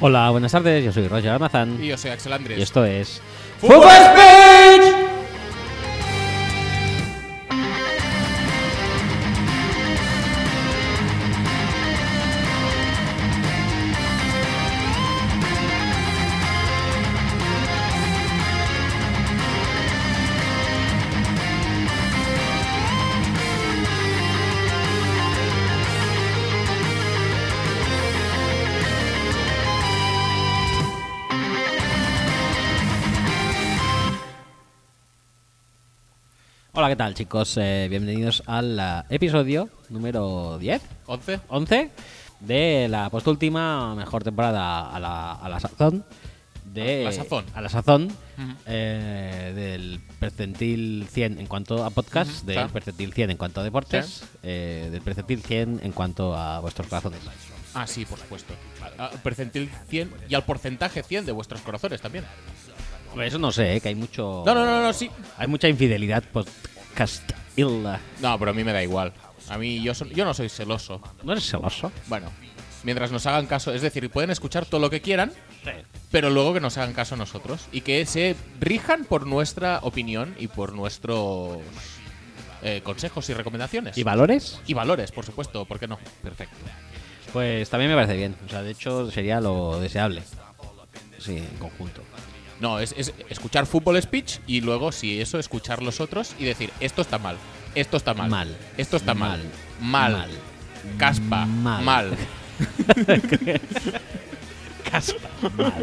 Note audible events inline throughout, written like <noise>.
Hola, buenas tardes, yo soy Roger Almazán Y yo soy Axel Andrés. y esto es... ¡Fútbol Speech! Hola, ¿qué tal chicos? Eh, bienvenidos al eh, episodio número 10, ¿11? 11 de la postúltima mejor temporada a la, a la sazón. De, A la sazón. a la sazón, Ujú. eh, del percentil 100 en cuanto a podcast, Ujú, del claro. percentil 100 en cuanto a deportes, eh, del percentil 100 en cuanto a vuestros corazones. Ah, sí, por supuesto. A- a- Ah, percentil 100 y al porcentaje 100 de vuestros corazones también. Hombre, eso no sé, eh, que hay mucho. No, no, no, no, sí. Hay mucha infidelidad podcast. ¿No No, pero a mí me da igual. A mí yo, so- yo no soy celoso. eres celoso? Bueno, mientras nos hagan caso, es decir, pueden escuchar todo lo que quieran, pero luego que nos hagan caso a nosotros y que se rijan por nuestra opinión y por nuestros eh, consejos y recomendaciones. ¿Y valores? Y valores, por supuesto, ¿por qué no? Perfecto. Pues también me parece bien. O sea, de hecho, sería lo deseable. Sí, en conjunto. No, es, es escuchar fútbol speech y luego, si eso, escuchar los otros y decir, esto está mal, esto está mal, Mal. esto está mal, Mal. mal, caspa, Mal. mal. Caspa. Mal.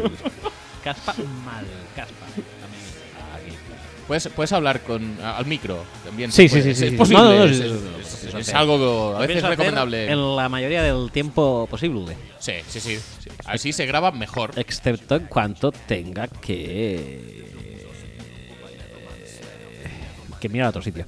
Caspa. Mal. Caspa. También. Puedes, puedes hablar con a- al micro también. Sí, se sí, puede. sí, Es, sí, es sí. posible, No, no, no, es, sí, es- sí, es- sí, es- sí, es sí. algo a Lo veces pienso hacer recomendable. En la mayoría del tiempo posible. Sí, sí, sí, sí. Así se graba mejor. Eh, Excepto en cuanto tenga que. eh, que mirar a otro sitio.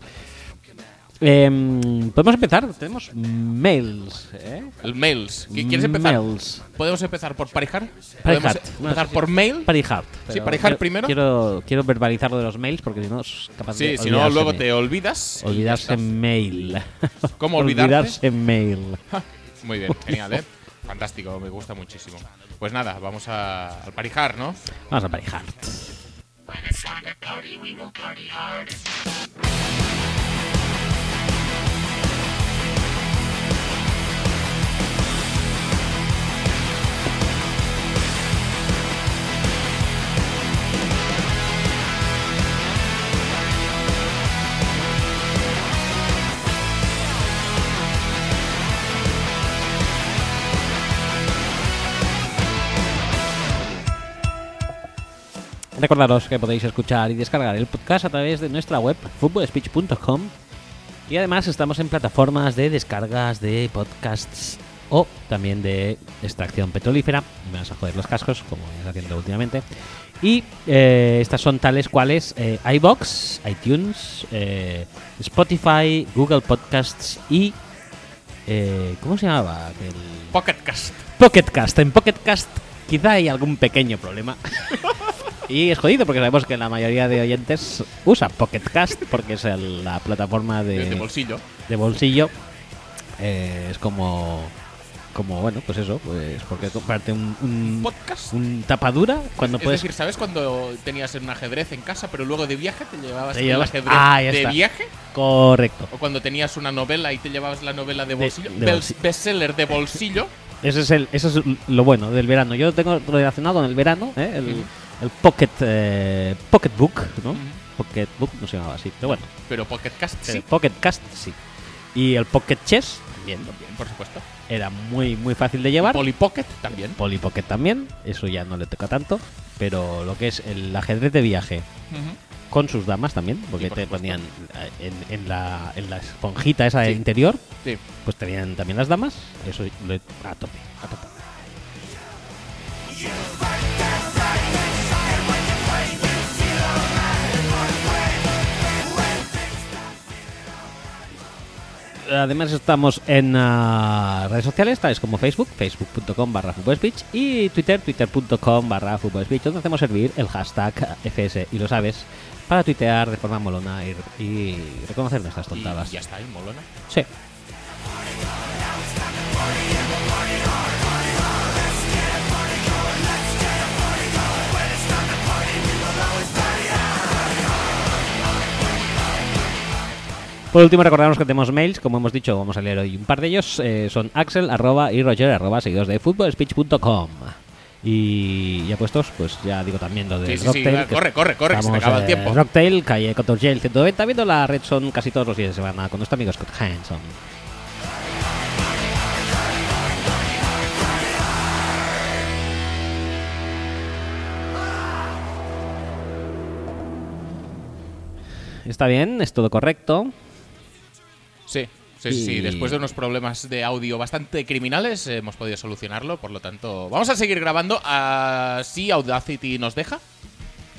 Em, Podemos empezar. Tenemos mails. ¿eh? El mails. ¿Qui- ¿Quieres empezar? Mails. ¿Podemos empezar por parejar? ¿Podemos Parejar. empezar por mail? Parihard. Parihard primero. Quiero, quiero verbalizar lo de los mails porque si no es capaz de. Sí, si no, luego olvidárseme. te olvidas. y ya Olvidarse está. mail. ¿Cómo olvidarte? Olvidarse mail. Muy bien, genial, ¿eh? Fantástico, me gusta muchísimo. Pues nada, vamos a, al parijar, ¿no? Vamos a Parihard. Recordaros que podéis escuchar y descargar el podcast a través de nuestra web footballspeech.com y además estamos en plataformas de descargas de podcasts o también de extracción petrolífera. Me vas a joder los cascos, como estás haciendo últimamente. Y eh, estas son tales cuales eh, iBox, iTunes, eh, Spotify, Google Podcasts y. eh, ¿Cómo se llamaba? aquel? Pocketcast. Pocketcast. En Pocketcast quizá hay algún pequeño problema. y es jodido porque sabemos que la mayoría de oyentes usa Pocketcast porque es el- la plataforma de, Desde bolsillo. de bolsillo. Eh, es como, como, bueno, pues eso, pues porque comprarte un, un, Podcast. un tapadura cuando es puedes... decir, ¿sabes cuando tenías un ajedrez en casa, pero luego de viaje te llevabas Te el llevabas- ajedrez Ah, ya de está. viaje? Correcto. ¿O cuando tenías una novela y te llevabas la novela De- de bolsillo? de Bel- bolsillo. Bestseller de bolsillo. Ese es el, eso es lo bueno del verano. Yo lo tengo relacionado con el verano, ¿eh? el, Ujú. el Pocket eh, Pocketbook, <laughs> ¿no? Ujú. Pocketbook no se llamaba así, pero bueno. Pero Pocketcast El sí. Pocket Cast, sí. Y el Pocket Chess, también. Bien, por supuesto. Era muy, muy fácil de llevar. Polly Pocket también. Poli Pocket también, eso ya no le toca tanto. Pero lo que es el ajedrez de viaje Ujú. con sus damas también, porque Sí, por te supuesto. ponían eh, en, en la, en la esponjita esa de Sí. interior, Sí. pues tenían también las damas. Eso le- a tope, a tope. Además estamos en ah, redes sociales, tales como Facebook, facebook.com barra speech y Twitter, twitter.com barra speech donde hacemos servir el hashtag FS y lo sabes para tuitear de forma molona y, y reconocer nuestras Y tontadas. ya está, y molona. Sí. Por último, recordamos que tenemos mails, como hemos dicho, vamos a leer hoy un par de ellos. Eh, son axel arroba, y roger arroba, seguidos de footballspeech.com. Y ya puestos, pues ya digo también lo de Sí, sí, sí, Rocktail. va, que corre, corre, corre, que se me estamos, acaba el tiempo. eh, Rocktail, calle Cotorgel 190, viendo la red son casi todos los días de semana con nuestro amigo Scott Hanson. Está bien, es todo correcto. Sí, sí, sí, sí. Y- Después de unos problemas de audio bastante criminales, eh, hemos podido solucionarlo. Por lo tanto, vamos a seguir grabando. ah, Si Audacity nos deja.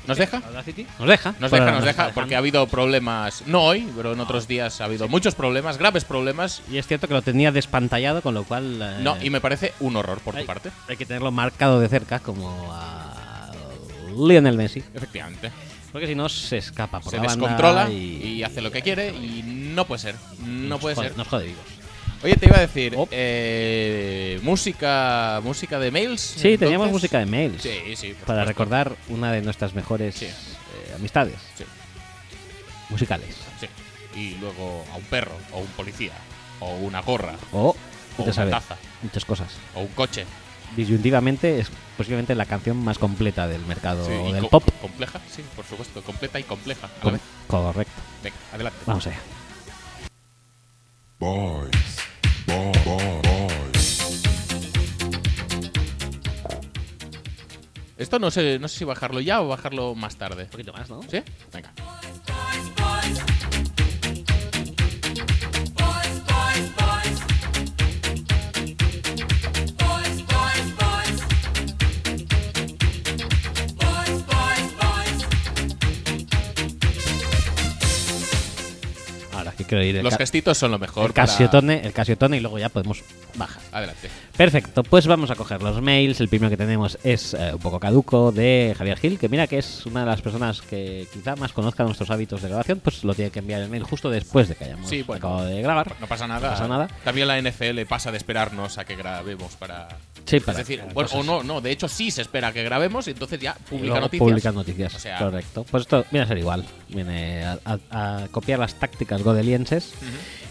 ¿Nos deja? Nos deja. Nos Bueno, deja, nos deja, dejan. porque ha habido problemas, no hoy, pero en otros días ha habido muchos problemas, graves problemas. Y es cierto que lo tenía despantallado, con lo cual. eh, No, y me parece un horror por tu hay, parte. Hay que tenerlo marcado de cerca, como a Lionel Messi. Efectivamente. Porque si no, se escapa por Se la banda descontrola y, eh, y hace lo que quiere y no puede ser. No nos puede jode- ser. Nos jode vivos. Oye, te iba a decir, Pues Oh. eh, música, música de mails. Sí, teníamos entonces. música de mails. Sí, sí. por Para supuesto. recordar una de nuestras mejores Sí. eh, amistades Sí, musicales. sí. Y luego a un perro, o un policía, o una gorra, O, O ya una sabes, taza. muchas cosas. o un coche. Disyuntivamente es posiblemente la canción más completa del mercado Sí, o y del co- pop. Compleja, sí, por supuesto. Completa y compleja. A la Com- vez. Correcto. Venga, adelante. Vamos allá. Boys. Boy, boy, boys. Esto no sé, no sé si bajarlo ya o bajarlo más tarde. Un poquito más, ¿no? ¿Sí? Venga. Ahora que quiero ir. el Los ca- gestitos son lo mejor. el para- casiotone, el casiotone y luego ya podemos bajar. Adelante. Perfecto, pues vamos a coger los mails. El primero que tenemos es eh, un poco caduco de Javier Gil, que mira que es una de las personas que quizá más conozca nuestros hábitos de grabación, pues lo tiene que enviar el mail justo después de que hayamos Sí, bueno. acabado de grabar. No pasa nada. No pasa nada. También la NFL pasa de esperarnos a que grabemos para. Sí, para- es decir, para bueno, o cosas. no, no. De hecho, sí se espera que grabemos y entonces ya Y publica luego noticias. publica noticias, O sea- correcto. Pues esto viene a ser igual, viene a, a- a copiar las tácticas godelienses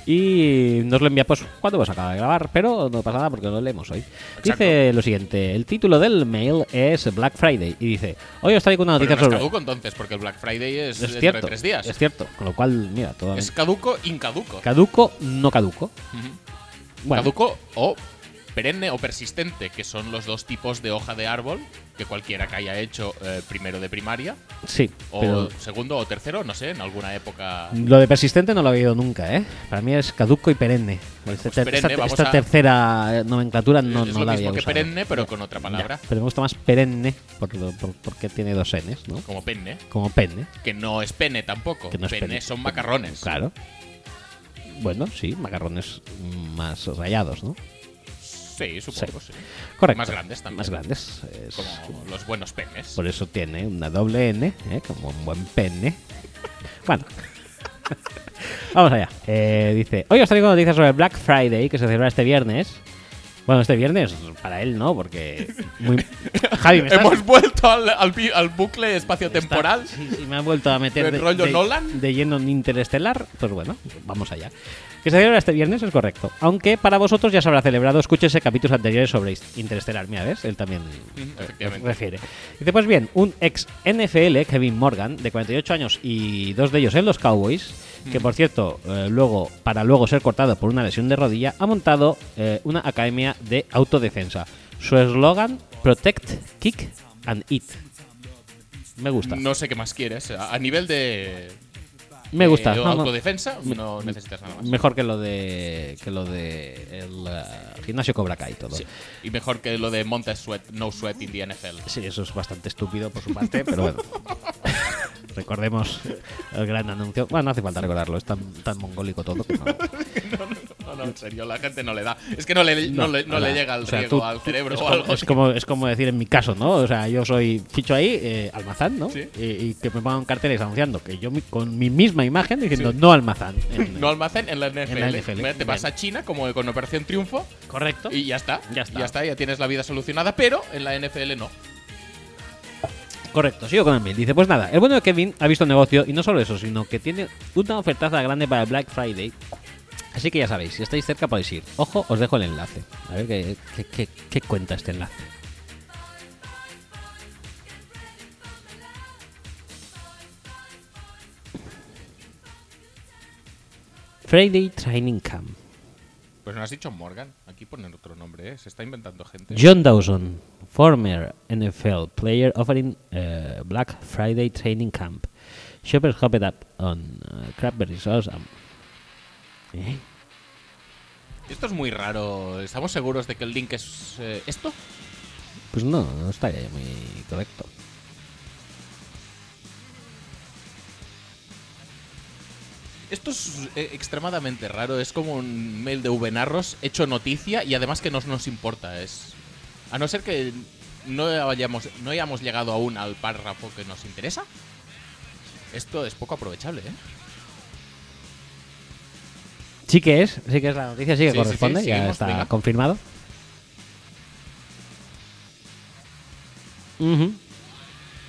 y nos lo envía pues cuando hemos acabado de grabar, pero no pasa nada porque lo leemos hoy. Dice lo siguiente, el título del mail es Black Friday y dice, hoy os traigo una Pero noticia no es sobre... caduco entonces, porque el Black Friday es, Es dentro cierto. de tres días. Es cierto. Con lo cual, mira, todo. Es caduco, incaduco. Caduco, no caduco. Ujú. Bueno, Caduco o perenne o persistente, que son los dos tipos de hoja de árbol que cualquiera que haya hecho eh, primero de primaria, sí. o Pero segundo o tercero, no sé, en alguna época. lo de persistente no lo había oído nunca, ¿eh? Para mí es caduco y perenne. Este ter- Pues perenne, esta te- vamos esta a- tercera eh, nomenclatura no, es no lo la mismo había que usado. perenne, pero con otra palabra, Ya, pero me gusta más perenne por lo- por- porque tiene dos N's, ¿no? como penne, Como penne. que no es pene tampoco. Que no es pene, pene. son macarrones. Claro. Bueno, sí, macarrones más rayados, ¿no? Sí, supongo, sí. Correcto. Más grandes también. Más grandes. es- Como los buenos penes. Por eso tiene una doble N, ¿eh? como un buen pene. Bueno. <laughs> Vamos allá. Eh, dice, hoy os traigo noticias sobre Black Friday, que se celebra este viernes. Bueno, este viernes para él, ¿no? Porque... <laughs> Muy... Javi, me estás- Hemos vuelto al, al bi- al bucle me estás- espacio-temporal. Sí, sí, me ha vuelto a meter ¿El de, rollo de- Nolan? de lleno en Interestelar. Pues bueno, vamos allá. Que se celebra este viernes, es correcto. Aunque para vosotros ya se habrá celebrado, escúchese capítulos anteriores sobre Interestelar. Mira, ¿ves? Él también Ujú, Efectivamente. Efectivamente. refiere. Dice, pues bien, un ex NFL, Kevin Morgan, de 48 años y dos de ellos en los Cowboys, Mm. que por cierto, eh, luego, para luego ser cortado por una lesión de rodilla, ha montado eh, una academia de autodefensa. Su eslogan, Protect, Kick and Eat. Me gusta. No sé qué más quieres. A a nivel de. me gusta. de No, no. Eh, autodefensa, no necesitas nada más. Mejor que lo de que lo de el eh, gimnasio Cobra Kai y todo. Sí. Y mejor que lo de Montes Sweat, No Sweat in <laughs> the NFL. Sí, eso es bastante estúpido por su parte, pero <laughs> bueno. Recordemos el gran anuncio. Bueno, no hace falta recordarlo, es tan, tan mongólico todo que no. No, no, en serio, la gente no le da. Es que no le, no le, no nada. le llega el O sea, riego tú- al tú- cerebro es o como- algo. Es como, es como decir en mi caso, ¿no? O sea, yo soy ficho ahí, eh, almazán, ¿no? Sí. Y, y que me pongan carteles anunciando que yo mi- con mi misma imagen diciendo no almazán. en- <laughs> No almacén en la NFL. la NFL, Mira, Te bien. vas a China como con Operación Triunfo Correcto. y ya está. Ya está. ya tienes la vida solucionada, pero en la NFL no. Correcto, sigo con Emil. Dice, pues nada, el bueno de Kevin ha visto el negocio y no solo eso, sino que tiene una ofertaza grande para el Black Friday. Así que ya sabéis, si estáis cerca podéis ir. Ojo, os dejo el enlace. A ver qué, qué- qué- qué cuenta este enlace. Friday Training Camp. Pues no has dicho Morgan. Aquí ponen otro nombre, ¿eh? Se está inventando gente. John Dawson, former NFL player offering uh, Black Friday training camp. Shoppers hopped up on uh, cranberry sauce. and- ¿Eh? Esto es muy raro. ¿Estamos seguros de que el link es eh, esto? Pues no, no estaría muy correcto. Esto es eh, extremadamente raro. Es como un mail de Ubenarros hecho noticia y además que no nos importa. Es a no ser que no hayamos, no hayamos llegado aún al párrafo que nos interesa. Esto es poco aprovechable, ¿eh? Sí que es, sí que es la noticia, sí que Sí, sí, sí, corresponde, ya seguimos, está venga. confirmado. Ujú.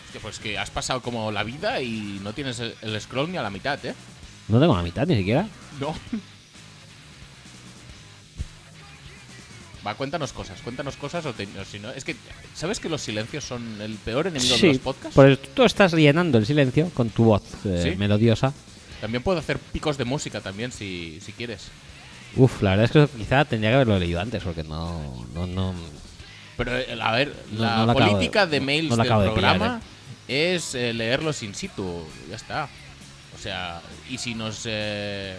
Hostia, pues que has pasado como la vida y no tienes el, el scroll ni a la mitad, ¿eh? No tengo la mitad ni siquiera. No. Va, cuéntanos cosas, cuéntanos cosas o, te- o si no. Es que, ¿sabes que los silencios son el peor enemigo de los podcasts? por eso tú estás llenando el silencio con tu voz eh, Sí. melodiosa. También puedo hacer picos de música también si, si quieres. Uf, la verdad es que eso quizá tendría que haberlo leído antes porque no. no, no Pero, eh, a ver, No- la no lo acabo política de- de no- mails no lo del acabo de pillar, programa es eh, leerlos in situ, ya está. O sea, y si nos... eh,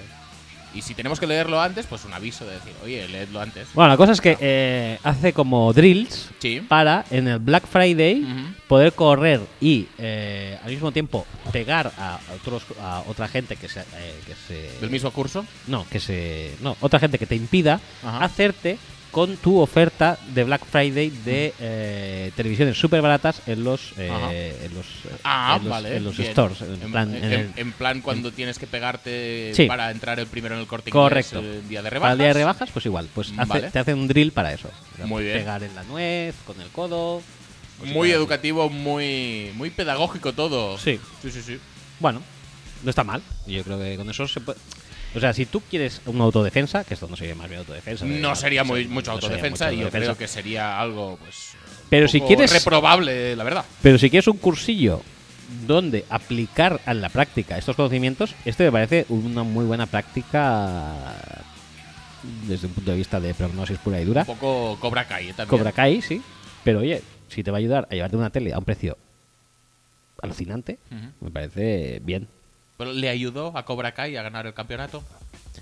y si tenemos que leerlo antes, pues un aviso de decir, oye, leedlo antes. Bueno, la cosa es que eh, hace como drills Sí. para en el Black Friday Ujú. poder correr y eh, al mismo tiempo pegar a otros a otra gente que se, eh, que se Del mismo curso. no que se no otra gente que te impida Ajá. hacerte con tu oferta de Black Friday de eh, televisiones súper baratas en los Ajá. eh, en los eh, Ah, en los, vale. en los bien. stores en plan, en en- el- en plan cuando tienes que pegarte Sí. para entrar el primero en el corte Correcto. inglés, eh, día de Para rebajas. Mm, el día de rebajas, pues igual. Pues hace- Vale. te hacen un drill para eso. Para Muy bien. Pegar en la nuez, con el codo. cositas Muy así. educativo, muy, muy pedagógico todo. Sí. Sí, sí, sí. Bueno, no está mal. Yo creo que con eso se puede. O sea, si tú quieres una autodefensa, que esto no sería más bien autodefensa. No sería muy, mucho no sería autodefensa mucho y yo autodefensa. creo que sería algo, pues. un Pero si poco quieres- Reprobable, la verdad. Pero si quieres un cursillo donde aplicar a la práctica estos conocimientos, este me parece una muy buena práctica desde un punto de vista de prognosis pura y dura. Un poco Cobra Kai eh, también. Cobra Kai, sí. Pero oye, si te va a ayudar a llevarte una tele a un precio alucinante, Ujú. me parece bien. Pero le ayudó a Cobra Kai a ganar el campeonato.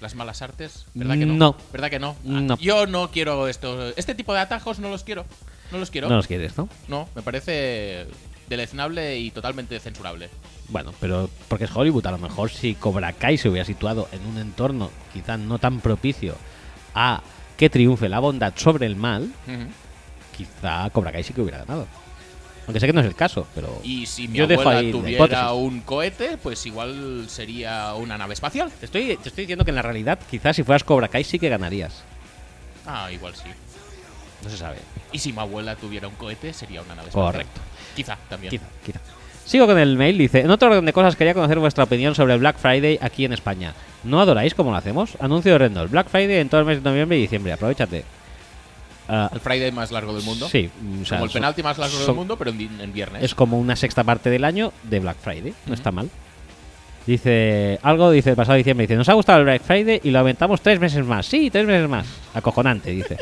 Las malas artes, ¿verdad que no? No. ¿Verdad que no? Ah, No. Yo no quiero esto. Este tipo de atajos no los quiero. No los quiero. No los quieres, ¿no? No, me parece deleznable y totalmente censurable. Bueno, pero porque es Hollywood, a lo mejor si Cobra Kai se hubiera situado en un entorno quizá no tan propicio a que triunfe la bondad sobre el mal, quizá Cobra Kai sí que hubiera ganado. Aunque sé que no es el caso, pero... Y si mi Yo dejo abuela ahí la tuviera hipótesis. un cohete, pues igual sería una nave espacial. Te estoy, te estoy diciendo que en la realidad quizás si fueras Cobra Kai sí que ganarías. Ah, igual sí. No se sabe. Y si mi abuela tuviera un cohete, sería una nave espacial. Correcto. Quizá también. Quizá, quizá. Sigo con el mail, dice, en otro orden de cosas quería conocer vuestra opinión sobre el Black Friday aquí en España. ¿No adoráis como lo hacemos? Anuncio horrendo, el Black Friday en todo el mes de noviembre y diciembre, aprovechate. Ah, El Friday más largo del mundo. Sí, mm, o sea, como el son- penalti más largo del son- mundo, pero en, di- en viernes. Es como una sexta parte del año de Black Friday, no está mal. Dice algo, dice el pasado diciembre, dice, nos ha gustado el Black Friday y lo aumentamos tres meses más. Sí, tres meses más. Acojonante, <laughs> dice.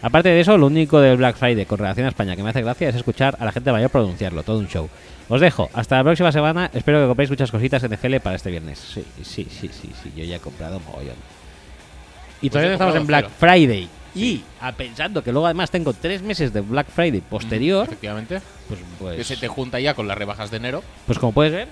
Aparte de eso, lo único del Black Friday con relación a España que me hace gracia es escuchar a la gente mayor pronunciarlo, todo un show. Os dejo, hasta la próxima semana, espero que compréis muchas cositas en FL para este viernes. Sí, sí, sí, sí, sí, yo ya he comprado mogollón. Y Pues yo todavía he estamos en Black comprado Friday. Y a pensando que luego además tengo tres meses de Black Friday posterior, Mm, Efectivamente. pues, pues- Que se te junta ya con las rebajas de enero. pues como puedes ver,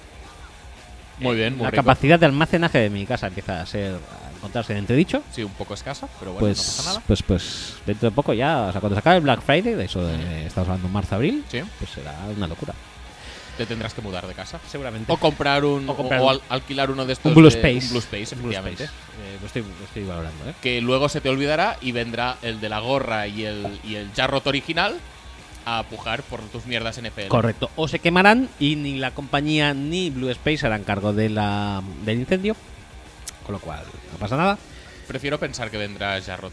Muy bien, muy la rico. capacidad de almacenaje de mi casa empieza a ser a encontrarse en entredicho. Sí, un poco escasa, pero bueno, no Pues, pasa nada. pues, pues dentro de poco ya, o sea, cuando se acabe el Black Friday, de eso de- estamos hablando marzo-abril, Sí. pues será una locura. Te tendrás que mudar de casa. Seguramente. O comprar un. O comprar o un- al- alquilar uno de estos. un Blue de- Space. Un Blue Space, Un Blue efectivamente. Space. Eh, lo, estoy, lo estoy valorando, ¿eh? que luego se te olvidará y vendrá el de la gorra y el, y el jarrot original a pujar por tus mierdas NFL. Correcto. O se quemarán y ni la compañía ni Blue Space harán cargo de la, del incendio. Con lo cual, no pasa nada. Prefiero pensar que vendrá Jarrod.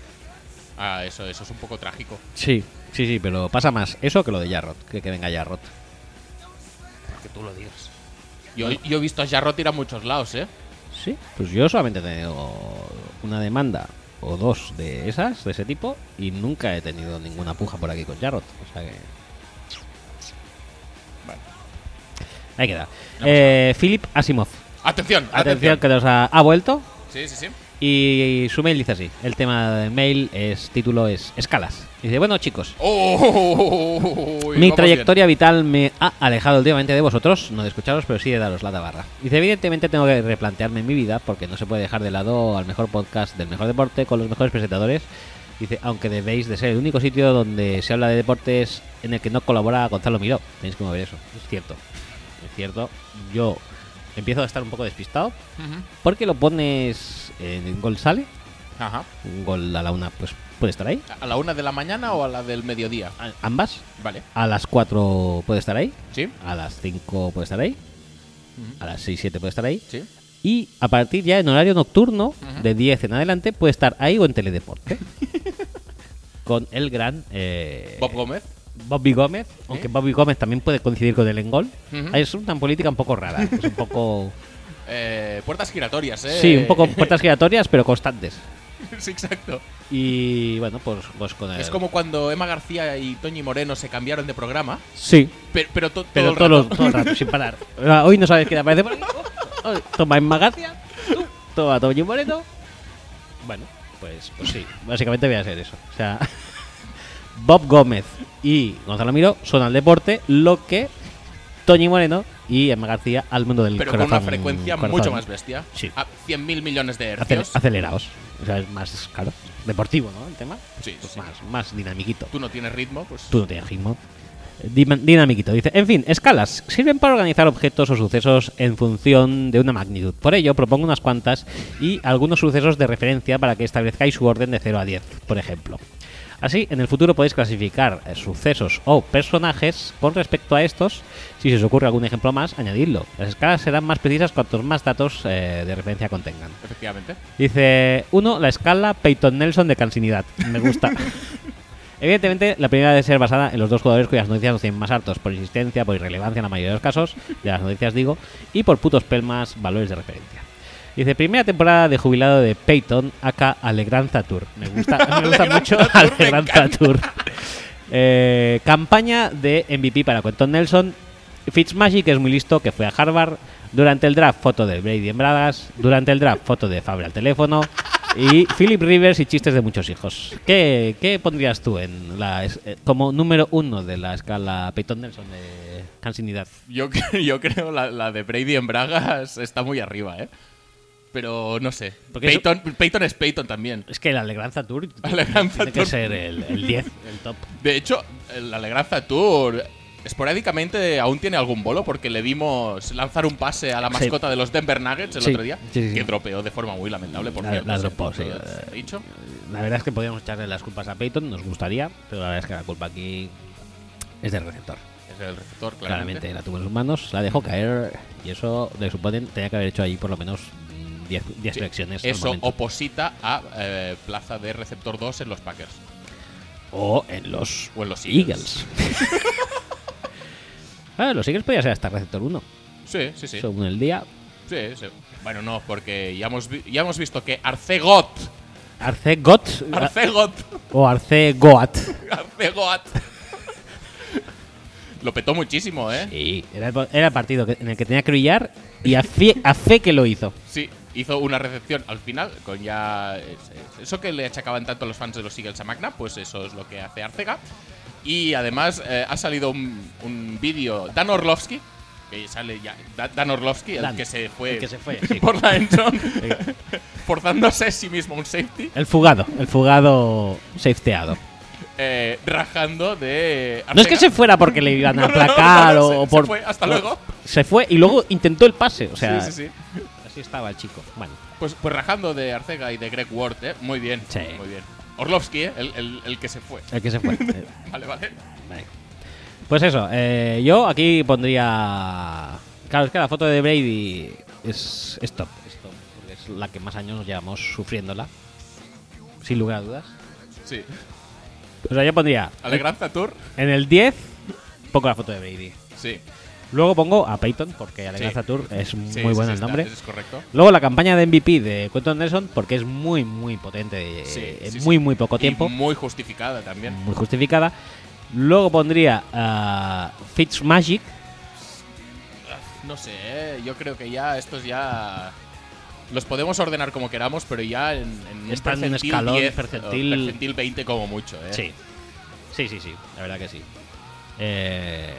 Ah, eso, eso es un poco trágico. Sí, sí, sí, pero pasa más eso que lo de Jarrod, que, que venga Jarrod. Que tú lo digas. Yo, yo he visto a Jarrod ir a muchos lados, ¿eh? Sí, pues yo solamente he tenido una demanda o dos de esas, de ese tipo, y nunca he tenido ninguna puja por aquí con Jarrod. O sea que. Bueno. Ahí queda. Eh, Philip Asimov. Atención, Atención, atención. que nos ha, ha vuelto. Sí, sí, sí. Y su mail dice así: el tema del mail es título es escalas. Dice: Bueno, chicos, Oh, uy, Mi vamos trayectoria vital me ha alejado últimamente de vosotros, no de escucharos, pero sí de daros la tabarra. Dice, evidentemente tengo que replantearme mi vida porque no se puede dejar de lado al mejor podcast del mejor deporte con los mejores presentadores. Dice, aunque debéis de ser el único sitio donde se habla de deportes en el que no colabora Gonzalo Miró. Tenéis que mover eso, es cierto. Es cierto, yo empiezo a estar un poco despistado bien. Ujú. porque lo pones en gol sale, Ajá. un gol a la una, pues puede estar ahí. ¿A la una de la mañana o a la del mediodía? A- Ambas, Vale. a las cuatro puede estar ahí. ¿Sí? A las 5 puede estar ahí. Ujú. A las 6, 7 puede estar ahí. ¿Sí? Y a partir ya en horario nocturno, Ujú. de 10 en adelante, puede estar ahí o en <laughs> Teledeporte. con el gran eh, ¿Bob Gómez? Bobby Gómez. Aunque Bobby Gómez también puede coincidir con el Engol. Ujú. Es una política un poco rara. Es un <laughs> poco. Eh, puertas giratorias, ¿eh? Sí, un poco puertas giratorias, pero constantes. <laughs> sí, exacto. Y bueno, pues, pues con el. Es como cuando Emma García y Toñi Moreno se cambiaron de programa, Sí, pero, pero, to- todo pero el todo, rato. lo- todo el rato, sin <laughs> parar. Ah, Hoy no sabes qué te aparece por aquí. Oh, oh, Toma en Magacia, tú, toma Toño Moreno. Bueno, pues, pues sí, básicamente voy a hacer eso. O sea, <laughs> Bob Gómez y Gonzalo Miro son al deporte lo que Toño Moreno y Emma García al mundo del pero con corazón. una frecuencia corazón. mucho más bestia. Sí. A 100.000 millones de Acel- hercios. acelerados. O sea, es más, claro, deportivo, ¿no? El tema. Sí, Pues sí. Más, más dinamiquito. Tú no tienes ritmo, pues. Tú no tienes ritmo. Dim- Dinamiquito dice, en fin, escalas sirven para organizar objetos o sucesos en función de una magnitud. Por ello, propongo unas cuantas y algunos sucesos de referencia para que establezcáis su orden de 0 a 10, por ejemplo. Así, en el futuro podéis clasificar eh, sucesos o personajes con respecto a estos. Si se os ocurre algún ejemplo más, añadidlo. Las escalas serán más precisas cuantos más datos eh, de referencia contengan. Efectivamente. Dice, uno, la escala Peyton Nelson de cansinidad. Me gusta. Evidentemente, la primera debe ser basada en los dos jugadores cuyas noticias nos tienen más hartos, por insistencia, por irrelevancia en la mayoría de los casos, de las noticias digo, y por putos pelmas, valores de referencia. Dice, primera temporada de jubilado de Peyton, acá Alegranza Tour. Me gusta, me gusta mucho Alegranza Tour. Eh, campaña de MVP para Quentin Nelson. Fitzmagic es muy listo, que fue a Harvard. Durante el draft, foto de Brady en bragas. Durante el draft, foto de Fabra al teléfono. Y Philip Rivers y chistes de muchos hijos. ¿Qué, qué pondrías tú en la es- eh, como número uno de la escala Peyton Nelson de cansinidad? Yo, cre- <laughs> yo creo la, la de Brady en Bragas está muy arriba, ¿eh? Pero no sé. Porque eso- Peyton, Peyton es Peyton también. Es que la Alegranza Tour Alegranza tiene que Tour. ser el el 10, el top. De hecho, la Alegranza Tour esporádicamente aún tiene algún bolo porque le vimos lanzar un pase a la mascota de los Denver Nuggets el Sí, otro día, sí, sí, que sí. dropeó de forma muy lamentable, por La- cierto. la sí, dropó, todo sí. se ha dicho. La verdad es que podríamos echarle las culpas a Peyton, nos gustaría, pero la verdad es que la culpa aquí es del receptor. Es el receptor, claramente. Claramente, la tuvo en sus manos, la dejó caer y eso le suponen tenía que haber hecho ahí por lo menos mm, 10 10 Sí, flexiones. al Eso momento. oposita a eh, plaza de receptor 2 en los Packers. o en los, O en los Eagles. Eagles. <laughs> Ah, los Eagles podía ser hasta receptor 1, Sí, sí, sí. según el día. Sí, sí. Bueno, no, porque ya hemos, vi- ya hemos visto que Arcegot. Arce Got Arcegot. <laughs> o Arce Goat. <laughs> Arcegot. Lo petó muchísimo, ¿eh? Sí, era el, pa- era el partido que- en el que tenía que brillar y a fe, a fe que lo <laughs> hizo. Sí, hizo una recepción al final con ya. es- es- Eso que le achacaban tanto los fans de los Eagles a Magna, pues eso es lo que hace Arcega. Y además eh, ha salido un, un vídeo. Dan Orlovsky, que sale ya. Da- Dan Orlovsky, el Dan, que se fue. el que se <laughs> fue, <laughs> sí. Por la endzone, forzándose a sí mismo un safety, El fugado, el fugado safeteado. eh, rajando de. No es que Arcega. se fuera porque le iban a <laughs> No, no, no, aplacar no, o- se- o se por. fue, hasta o- luego. Se fue y luego intentó el pase. O sea, Sí, sí, sí. así estaba el chico. Bueno, Pues, pues rajando de Arcega y de Greg Ward, ¿eh? Muy bien. Sí. Muy bien. Orlovsky, ¿eh? el, el- el que se fue. <laughs> el que se fue. <laughs> Eh, Vale, vale. vale. Pues eso, eh, yo aquí pondría. Claro, es que la foto de Brady es, es top, es top, porque es la que más años nos llevamos sufriéndola, sin lugar a dudas. Sí. O sea, yo pondría Alegranza Tour. en el 10, pongo la foto de Brady. Sí. Luego pongo a Peyton, porque Alegranza Sí. Tour es muy Sí, bueno sí, sí, el está, nombre. eso Es correcto. Luego la campaña de MVP de Quentin Nelson, porque es muy, muy potente, Sí, Eh, en sí, sí. muy, muy poco Y tiempo, muy justificada también. muy justificada. Luego pondría a Fitzmagic, No sé, ¿eh? yo creo que ya estos ya. Los podemos ordenar como queramos, pero ya en, en Está en un un percentil escalón, 10, percentil- o percentil 20 como mucho, ¿eh? Sí. Sí, sí, sí. La verdad que sí. Eh,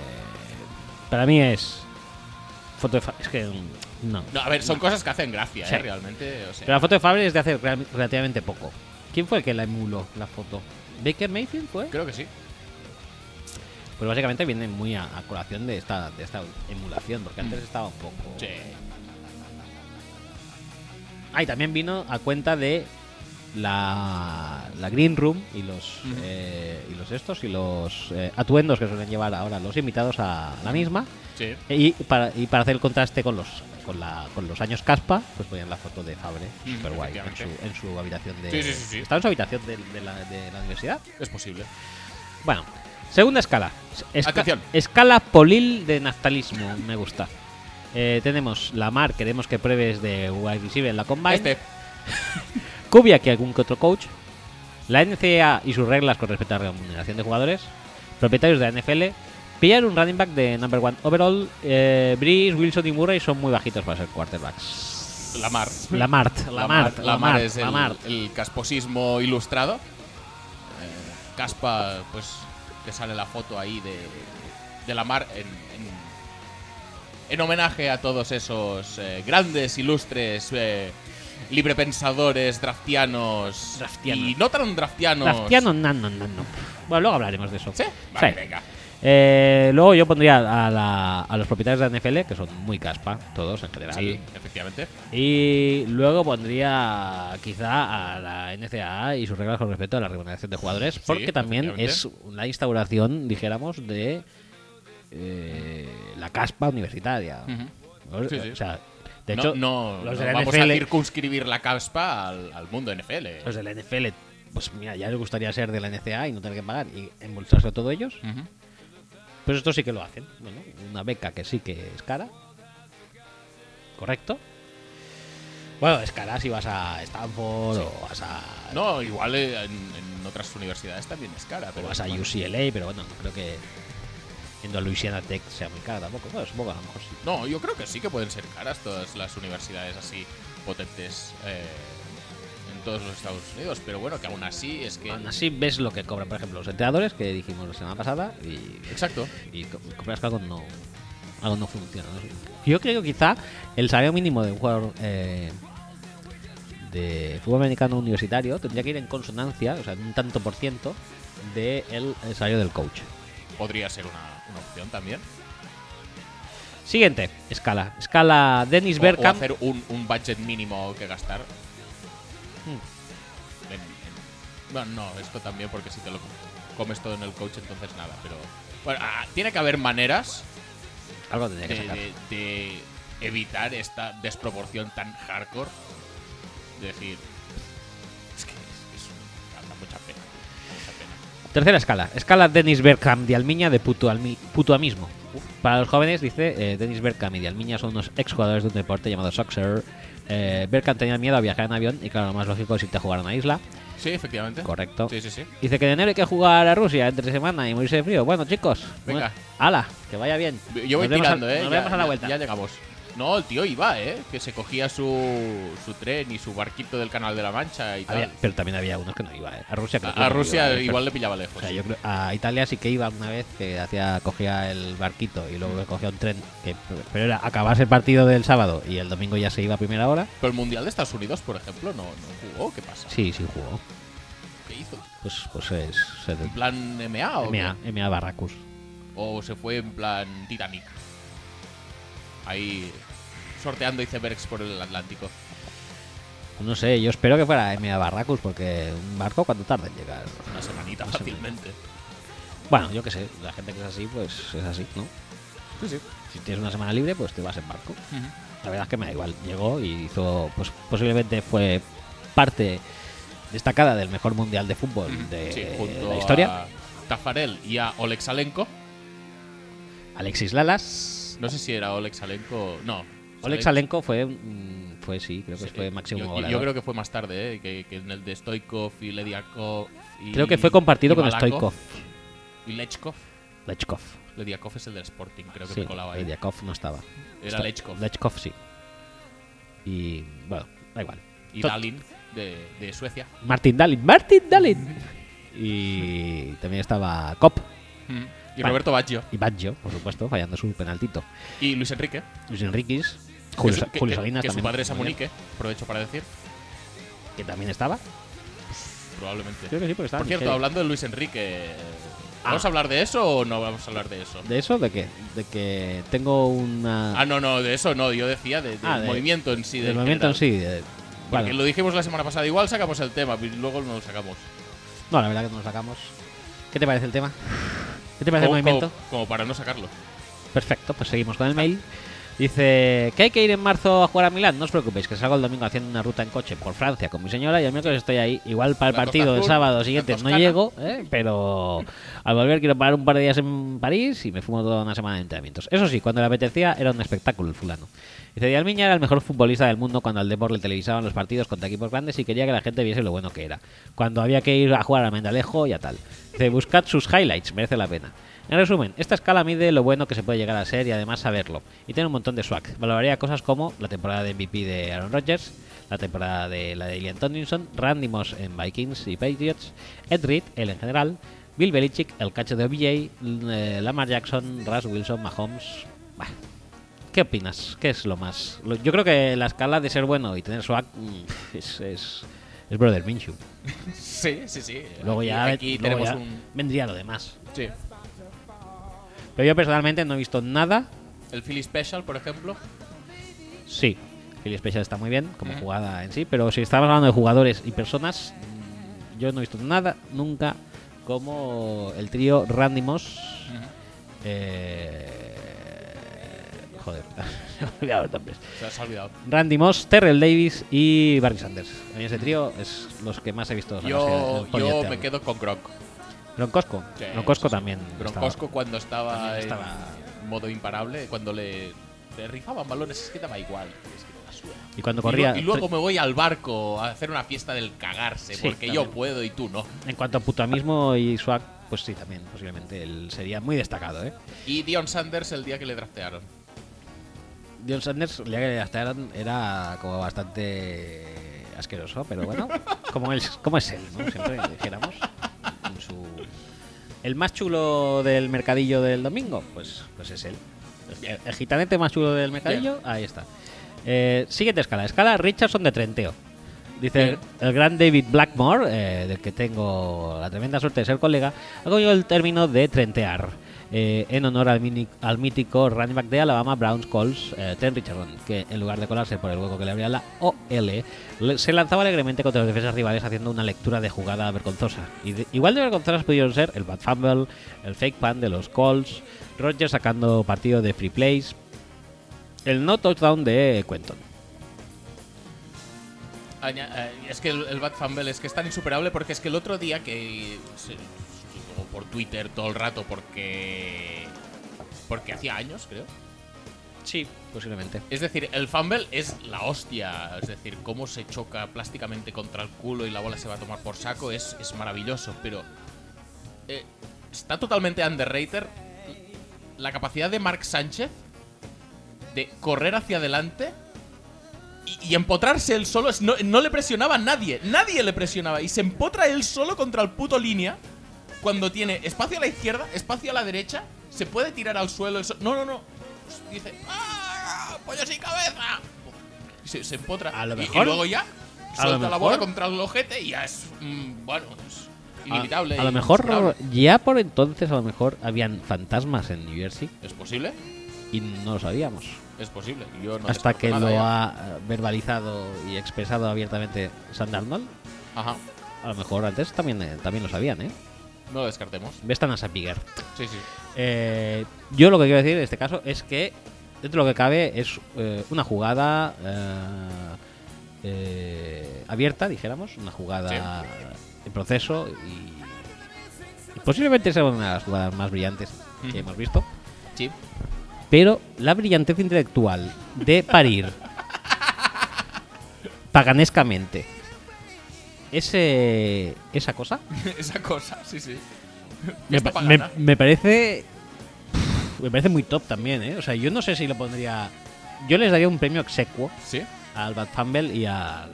para mí es. Foto de Fa- Es que. mm, No. No, a ver, son cosas que hacen gracia, Sí. ¿eh? Realmente, o sea, Pero la foto de Fabry es de hace rel- relativamente poco. ¿Quién fue el que la emuló la foto? ¿Baker Mayfield fue? creo que sí. Pues básicamente viene muy a, a colación de esta, de esta emulación, porque antes estaba un poco. Sí. Ah, y también vino a cuenta de la, la Green Room y los, eh, y los estos y los eh, atuendos que suelen llevar ahora los invitados a la misma. Sí. Y para, y para hacer el contraste con los con, la, con los años caspa, pues ponían la foto de Fabre, Mm, super guay, en su, efectivamente. en su habitación de... Sí, sí, sí, sí. ¿Estaba en su habitación de, de la, de la universidad? Es posible. Bueno, segunda escala. Esca- Atención. Escala polil de naftalismo, me gusta. Eh, tenemos Lamar, queremos que pruebes de wide receiver en la Combine. Este, Kubiak y algún que otro coach, la NCAA y sus reglas con respecto a la remuneración de jugadores, propietarios de la NFL, pillar un running back de number one overall, eh, Breeze, Wilson y Murray son muy bajitos para ser <laughs> quarterbacks. <laughs> Lamar. Lamart, Lamart, Lamar Lamart, es el, Lamart. el casposismo ilustrado. Eh, caspa, pues, te sale la foto ahí de, de Lamar en, en, en homenaje a todos esos eh, grandes, ilustres, eh, librepensadores, draftianos, Draftianos. y no tan draftianos. Graciano, no, no, no, no. Bueno, luego hablaremos de eso. ¿Sí? Vale, Sí. venga. Eh, luego yo pondría a, la- a los propietarios de la NFL, que son muy caspa, todos en general. Sí, efectivamente. Y luego pondría quizá a la NCAA y sus reglas con respecto a la remuneración de jugadores, porque también es efectivamente. la instauración, dijéramos, de eh, la caspa universitaria. Ujú. O- Sí, sí. O sea, de No- hecho, no, los, no de la vamos NFL, a circunscribir la caspa al, al mundo NFL. los de la NFL, pues mira, ya les gustaría ser de la NCAA y no tener que pagar y embolsarse a todos ellos. Ujú. Pues esto sí que lo hacen. Bueno, una beca que sí que es cara. Correcto. Bueno, es cara si vas a Stanford o vas a No, igual eh, en, en otras universidades también es cara. Pero O vas a bueno. UCLA, pero bueno, no creo que yendo a Louisiana Tech sea muy cara tampoco. Bueno, supongo que a lo mejor sí. No, yo creo que sí que pueden ser caras todas las universidades así potentes eh, en todos los Estados Unidos. Pero bueno, que aún así es que. Aún así ves lo que cobran, por ejemplo, los entrenadores que dijimos la semana pasada y, Exacto. y co- compras que algo no, algo no funciona. ¿no? Yo creo que quizá el salario mínimo de un jugador eh, de fútbol americano universitario tendría que ir en consonancia, o sea, en un tanto por ciento, del el salario del coach. Podría ser una, una opción también. Siguiente escala. Escala Dennis O- O, Bergkamp. hacer un, un budget mínimo que gastar. Hmm. en- en- Bueno, no, esto también porque si te lo comes todo en el coach, entonces nada. Pero bueno, ah, tiene que haber maneras Algo tendría que de, sacar. de- de evitar esta desproporción tan hardcore. De decir, es que es, es un- da mucha pena. da mucha pena. Tercera escala. Escala Dennis Bergkamp de Almiña de puto almi- putuamismo. Para los jóvenes, dice eh, Dennis Bergkamp y de Almiña son unos exjugadores de un deporte llamado soccer. Eh, Bergkamp tenía miedo a viajar en avión y claro, lo más lógico es irte a jugar a una isla. Sí, efectivamente. Correcto. Sí, sí, sí. Dice que de enero hay que jugar a Rusia entre semana y morirse de frío. Bueno, chicos. Venga. Hala, que vaya bien. Yo voy Nos vemos tirando, al- ¿eh? Nos ya, vemos a la ya- vuelta. Ya llegamos. No, el tío iba, ¿eh? Que se cogía su, su tren y su barquito del Canal de la Mancha y tal. Había- pero también había unos que no iban. ¿eh? A Rusia, creo que a, a no Rusia iba, ¿eh? Pero- igual le pillaba lejos. O sea, yo creo- a Italia sí que iba una vez que hacía cogía el barquito y Mm. luego cogía un tren. Que, pero era acabarse el partido del sábado y el domingo ya se iba a primera hora. Pero el Mundial de Estados Unidos, por ejemplo, no, no jugó. ¿Qué pasa? Sí, sí jugó. ¿Qué hizo? Pues, pues es. Se ¿En plan MA o qué? MA, MA Barracus. O se fue en plan Titanic. Ahí sorteando icebergs por el Atlántico. No sé, yo espero que fuera MA Barracus porque un barco cuando tarda en llegar. Una semanita Una semana. fácilmente. Bueno, yo qué sé, la gente que es así, pues es así, ¿no? Sí, sí. Si tienes una semana libre, pues te vas en barco. Ujú. La verdad es que me da igual. Llegó y hizo, pues posiblemente fue parte destacada del mejor mundial de fútbol de Sí, junto la historia. a Tafarel y a Olexalenko. Alexis Lalas. No sé si era Olexalenko. No. Oleg Salenko. eh, Salenko fue, mm, fue sí, creo que fue máximo yo, yo- goleador. yo creo que fue más tarde, ¿eh? que, que en el de Stoikov y Lediakov. y- Creo que fue compartido y con Malakov Stoikov. Y Lechkov. Lechkov. Lediakov es el del Sporting, creo que Sí, me colaba ahí. Lediakov no estaba. Era Sta- Lechkov. Lechkov, sí. Y bueno, da igual. y Tot- Dalin de, de Suecia. Martin Dalin. Martin Dalin. Y también estaba Cop Y Vale. Roberto Baggio. y Baggio, por supuesto, fallando su penaltito. Y Luis Enrique. Luis Enriquis. que Julio, su- Sa- que- Julio que- Salinas que su también, padre es muy bien, Amunique, aprovecho para decir, Que también estaba. probablemente. Creo que sí, porque estaba Por Michel. cierto, hablando de Luis Enrique, ¿vamos Ah. a hablar de eso o no vamos a hablar de eso? ¿De eso? ¿De qué? De que tengo una. Ah, no, no, de eso no, yo decía de- del Ah, de- movimiento en sí. del del movimiento en general. sí. de- Porque bueno, lo dijimos la semana pasada, igual sacamos el tema, y luego no lo sacamos. No, la verdad que no lo sacamos. ¿Qué te parece el tema? ¿Qué te parece el movimiento? como para no sacarlo. Perfecto, pues seguimos con el mail. Dice que hay que ir en marzo a jugar a Milán. No os preocupéis, que salgo el domingo haciendo una ruta en coche por Francia con mi señora y el miércoles estoy ahí. Igual para el La partido del Costa Azul, sábado la siguiente no Toscana. llego, ¿eh? pero al volver quiero parar un par de días en París y me fumo toda una semana de entrenamientos. Eso sí, cuando le apetecía era un espectáculo el fulano. Dice Di Almiña era el mejor futbolista del mundo cuando al deporte le televisaban los partidos contra equipos grandes y quería que la gente viese lo bueno que era. Cuando había que ir a jugar a Mendalejo y a tal. Dice, buscad sus highlights, merece la pena. En resumen, esta escala mide lo bueno que se puede llegar a ser y además saberlo. Y tiene un montón de swag. Valoraría cosas como la temporada de MVP de Aaron Rodgers, la temporada de la de Ilian Tomlinson, Randy Moss en Vikings y Patriots, Ed Reed, él en general, Bill Belichick, el cacho de OBJ, l- eh, Lamar Jackson, Russ Wilson, Mahomes... Bah. ¿Qué opinas? ¿Qué es lo más...? lo- Yo creo que la escala de ser bueno y tener swag mm, es... es es Brother Minshew. Sí, sí, sí. Luego aquí, ya, aquí luego tenemos ya un. vendría lo demás. Sí. Pero yo personalmente no he visto nada El Philly Special, por ejemplo. Sí, Philly Special está muy bien como Ujú. jugada en sí, pero si estamos hablando de jugadores y personas, mm, yo no he visto nada nunca como el trío Randy Moss. eh, joder, <laughs> se me han olvidado los nombres. Se has olvidado. Randy Moss, Terrell Davis y Barry Sanders. A mí ese trío es los que más he visto. Yo, sacarse el yo polleteado. me quedo con Gronk. Gronkowsko. Sí, Gronkowsko sí, sí. también. Gronkowsko estaba- cuando estaba, también estaba- en modo imparable, cuando le, le rifaban balones, es que daba igual. es que daba suerte. Y cuando Y lu- corría. y, luego me voy al barco a hacer una fiesta del cagarse, Sí, porque yo también. puedo y tú no. En cuanto a putamismo y swag, pues sí, también, posiblemente. Él sería muy destacado, ¿eh? Y Dion Sanders el día que le draftearon. Dion Sanders, el día que le gastaron, era como bastante asqueroso, pero bueno, como, él, como es él, ¿no? siempre dijéramos. en su- El más chulo del mercadillo del domingo, pues, pues es él. El, el gitanete más chulo del mercadillo, ahí está. Eh, siguiente escala, escala Richardson de Trenteo. Dice Bien. el gran David Blackmore, eh, del que tengo la tremenda suerte de ser colega, ha cogido el término de trentear eh, en honor al, mini- al mítico running back de Alabama, Browns Colts, eh, Trent Richardson, que en lugar de colarse por el hueco que le abría la OL, le- se lanzaba alegremente contra los defensas rivales haciendo una lectura de jugada vergonzosa. Y de- igual de vergonzosas pudieron ser el bad fumble, el fake pan de los Colts, Rogers sacando partido de free plays, el no touchdown de Quentin. Aña- eh, es que el, el Bad Fumble es que es tan insuperable porque es que el otro día que se- estuvo por Twitter todo el rato porque porque hacía años, creo. Sí, posiblemente. Es decir, el fumble es la hostia. Es decir, cómo se choca plásticamente contra el culo y la bola se va a tomar por saco es, es maravilloso. Pero eh, está totalmente underrated la capacidad de Mark Sánchez de correr hacia adelante y, y empotrarse él solo. Es- No, no le presionaba a nadie. Nadie le presionaba. Y se empotra él solo contra el puto línea cuando tiene espacio a la izquierda, espacio a la derecha, se puede tirar al suelo. eso- No, no, no. Dice, ¡ah! ¡Pollo sin cabeza! Y se, se empotra. A lo Y- Y, mejor- luego ya a lo suelta la bola mejor- contra el ojete y ya es. mm, bueno, es A- inevitable. A, e lo mejor, insuperable. ya por entonces, a lo mejor habían fantasmas en New Jersey ¿Es posible? y no lo sabíamos. Es posible. Yo no Hasta descarto que nada lo ya. ha eh, verbalizado y expresado abiertamente Sandarnold. Ajá. A lo mejor antes también, eh, también lo sabían, ¿eh? No lo descartemos. Ves tan a Sapiguer. Sí, sí. Eh, yo lo que quiero decir en este caso es que dentro de lo que cabe es eh, una jugada eh, eh, abierta, dijéramos, una jugada en proceso y, y posiblemente sea una de las jugadas más brillantes que Ujú. hemos visto. Sí. Pero la brillantez intelectual de parir paganescamente ese, esa cosa <laughs> Esa cosa, sí, sí. me, Está ¿eh? pa- me- pagana. me parece. Me parece muy top también, ¿eh? O sea, yo no sé si lo pondría. Yo les daría un premio exequo Sí. al Bad Fumble y al.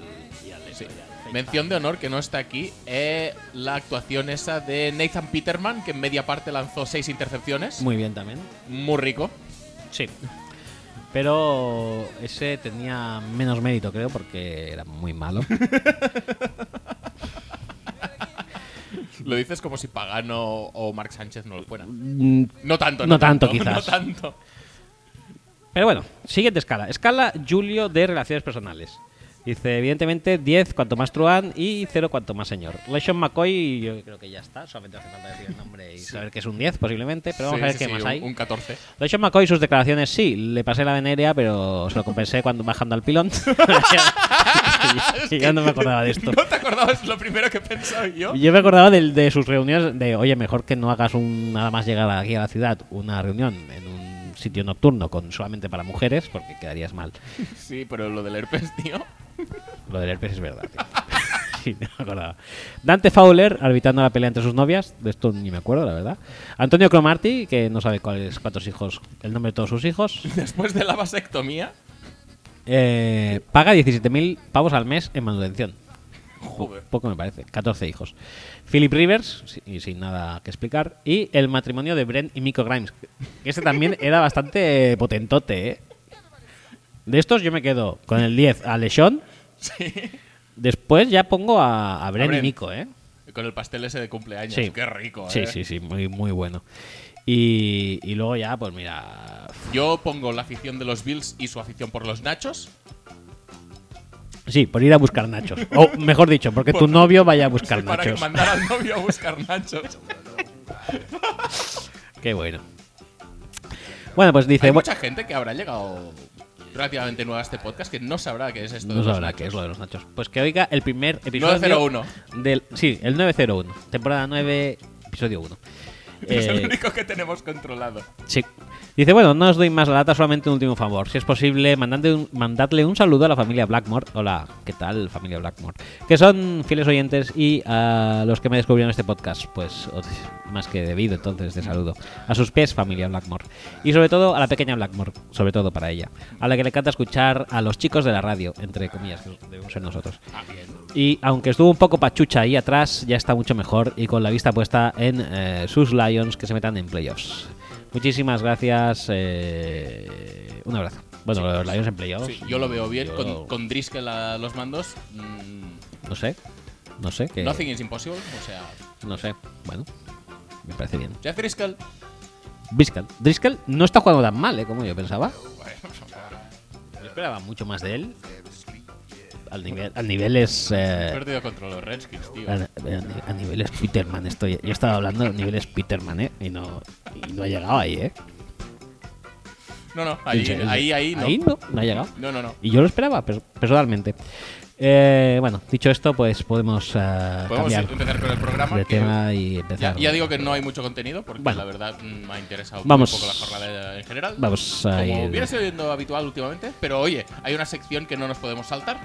y al- Sí. y al- Mención de honor que no está aquí, eh, la actuación esa de Nathan Peterman, que en media parte lanzó seis intercepciones. Muy, Muy bien también. rico. Sí. Pero ese tenía menos mérito, creo, porque era muy <laughs> malo. Lo dices como si Pagano o Mark Sánchez no lo fueran. Mm, No tanto, No tanto, quizás. <laughs> No tanto. Pero bueno, siguiente escala. Escala Julio de Relaciones Personales. Dice, evidentemente, 10 cuanto más truán y 0 cuanto más señor. Leshon McCoy, yo creo que ya está. Solamente hace falta decir el nombre y saber que es un 10 posiblemente, pero vamos Sí, a ver sí, qué sí, más un- hay. Un <laughs> 14. Leshon McCoy, sus declaraciones sí, le pasé la venerea, pero se lo compensé cuando bajando al pilón. <laughs> y, yo no me acordaba de esto. ¿No te acordabas lo primero que pensaba yo? Yo me acordaba del- de, sus reuniones de, oye, mejor que no hagas un, nada más llegar aquí a la ciudad una reunión en un sitio nocturno con solamente para mujeres, porque quedarías mal. Sí, pero lo del herpes, tío. Lo del herpes es verdad, tío. <laughs> Sí, no me acordaba. Dante Fowler arbitrando la pelea entre sus novias. De esto ni me acuerdo, la verdad. Antonio Cromarty, que no sabe cuáles cuántos hijos, el nombre de todos sus hijos. Después de la vasectomía. Eh, paga 17.000 pavos al mes en manutención. Joder. Poco me parece. 14 hijos. Philip Rivers, si- y sin nada que explicar. Y el matrimonio de Brent y Miko Grimes. Que este también era bastante potentote, ¿eh? De estos yo me quedo con el 10 a Lechon. Sí. Después ya pongo a, a Brent y Brent. Miko, ¿eh? Con el pastel ese de cumpleaños. Sí. Qué rico, Sí, eh. sí, sí, muy, muy bueno. Y, y luego ya, pues mira. Yo pongo la afición de los Bills y su afición por los nachos. Sí, por ir a buscar nachos. O mejor dicho, porque tu Por- novio vaya a buscar Sí, para que nachos. mandara al novio a <laughs> buscar nachos. Qué bueno. Bueno, pues dice. Hay bu- mucha gente que habrá llegado relativamente nueva a este podcast que no sabrá qué es esto. de No los sabrá nachos. qué es lo de los nachos. Pues que oiga el primer episodio. 901. Del, sí, el 901. Temporada 9, episodio 1. <laughs> Es Eh, el único que tenemos controlado. Sí. Dice, bueno, no os doy más la lata, solamente un último favor. Si es posible, mandadle un, mandadle un saludo a la familia Blackmore. Hola, ¿qué tal, familia Blackmore? Que son fieles oyentes y a los que me descubrieron este podcast, pues os- más que debido entonces de saludo. A sus pies, familia Blackmore. Y sobre todo a la pequeña Blackmore, sobre todo para ella. A la que le encanta escuchar a los chicos de la radio, entre comillas, que debemos ser nosotros. Y aunque estuvo un poco pachucha ahí atrás, ya está mucho mejor y con la vista puesta en eh, sus Lions que se metan en playoffs. Muchísimas gracias. eh, un abrazo. Bueno, los Lions en playoffs. Sí, yo lo veo bien. Oh, yo- Con, con Driscoll a los mandos, mm, No sé. No sé. que- nothing is impossible. O sea, No sé. Bueno, me parece bien. Jeff Driscoll. Eh. Driscoll. Driscoll no está jugando tan mal, ¿eh? Como yo pensaba. Yo esperaba mucho más de él. Al nivel, al nivel es. He eh, perdido contra los Redskins, tío. A, a- a niveles Peterman estoy. Yo estaba hablando de niveles Peterman, ¿eh? Y no, y no ha llegado ahí, ¿eh? No, no, ahí, En serio, ahí, ahí, no. Ahí no, no ha llegado. No, no, no. Y yo lo esperaba, per- personalmente. Eh, bueno, dicho esto, pues podemos, ah, Podemos cambiar empezar con el programa. de que- tema y ya, empezar. ya digo que no hay mucho contenido porque Bueno. la verdad mm, me ha interesado Vamos. un poco la jornada en general. Vamos a Como ir- viene siendo habitual últimamente, pero oye, hay una sección que no nos podemos saltar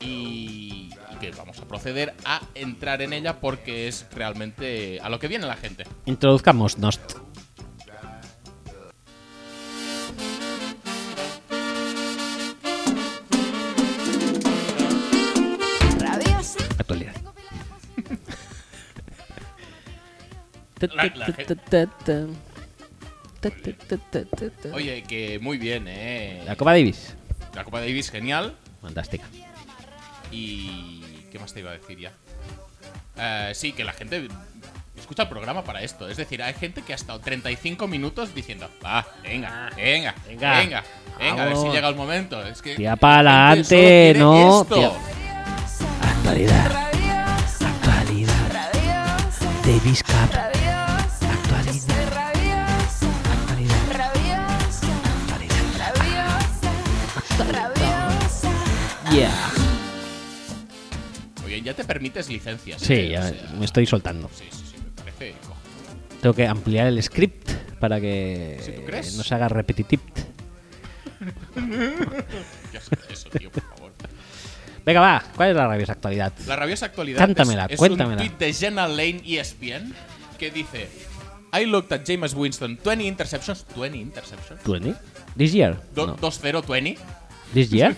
y, y que vamos a proceder a entrar en ella porque es realmente a lo que viene la gente. Introduzcamos Nost. Actualidad. La- la gente- Oye, que muy bien, ¿eh? La Copa Davis. La Copa Davis, genial. Fantástica. Y... ¿Qué más te iba a decir ya? Eh, sí, que la gente escucha el programa para esto. Es decir, hay gente que ha estado 35 minutos diciendo, va, venga, venga, Ah, venga, venga, venga, a ver si vamos. llega el momento. Es que Tira la para gente solo adelante, quiere ¿no? esto. Tira- Actualidad. Actualidad. Rabiosa, David Discap, Rabiosa, yo soy rabiosa, actualidad, rabiosa, actualidad. rabiosa, rabiosa. Yeah. Oye, ya te permites licencias. Sí, eh, o ya sea, me estoy soltando. sí, sí, sí, me parece. cojo. Tengo que ampliar el script para que ¿Sí, tú crees? no se haga repetitivo. Ya sé eso, tío, por favor. Venga, va, ¿cuál es la rabiosa actualidad? La rabiosa actualidad Cántamela, es, es cuéntamela. un tweet de Jenna Lane E ESPN que dice I looked at James Winston 20 interceptions 20 interceptions ¿20? ¿This year? do- No. 2-0 20 ¿This <laughs> year?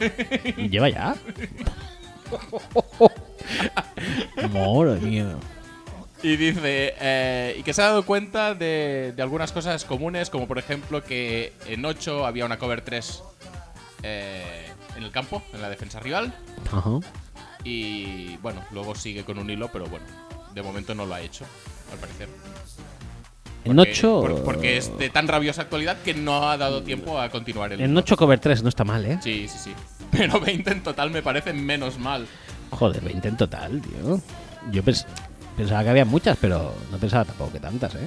¿Lleva ya? <laughs> Madre mía. y dice eh, y que se ha dado cuenta de, de algunas cosas comunes como por ejemplo que en 8 había una cover 3 eh, en el campo en la defensa rival Ajá. y bueno luego sigue con un hilo pero bueno de momento no lo ha hecho al parecer En Porque- 8. por- porque es de tan rabiosa actualidad que no ha dado tiempo a continuar el En 8 cover 3 no está mal, ¿eh? Sí, sí, <laughs> sí. Pero 20 en total me parece menos mal. Joder, 20 en total, tío. Yo pens- pensaba que había muchas, pero no pensaba tampoco que tantas, ¿eh?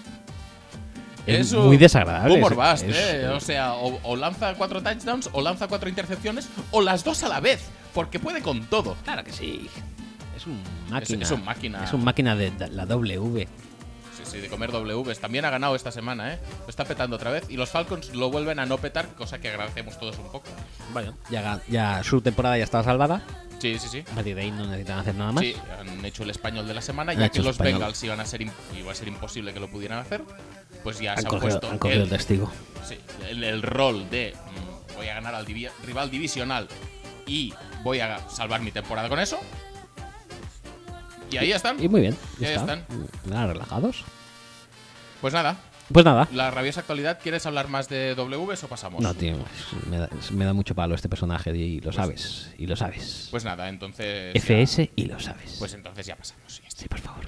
Es un muy desagradable, boom or es- bust, es- ¿eh? O sea, o, o lanza cuatro touchdowns, o lanza cuatro intercepciones, o las dos a la vez. Porque puede con todo. Claro que sí. Es un máquina. es un máquina. Es un máquina de da- la W. Sí, sí, de comer Ws. También ha ganado esta semana, ¿eh? Lo está petando otra vez. Y los Falcons lo vuelven a no petar, cosa que agradecemos todos un poco. Bueno, ya, ga- ya su temporada ya estaba salvada. Sí, sí, sí. A partir de ahí no necesitan hacer nada más. Sí, han hecho el español de la semana, Han ya hecho que los español. Bengals iban a ser im- iba a ser imposible que lo pudieran hacer. Pues ya han, se han cogido, puesto han cogido el el- testigo. Sí, el, el rol de mm, voy a ganar al divi- rival divisional y voy a salvar mi temporada con eso. Y ahí están. Y muy bien. Ya Ya está. Nada, relajados. Pues nada, Pues nada. la rabiosa actualidad, ¿quieres hablar más de Ws o pasamos? No, tío. es- Me da, es- me da mucho palo este personaje y lo sabes. Y lo sabes. Pues nada, entonces. ya- FS y lo sabes. pues entonces ya pasamos. ya está. sí, por favor.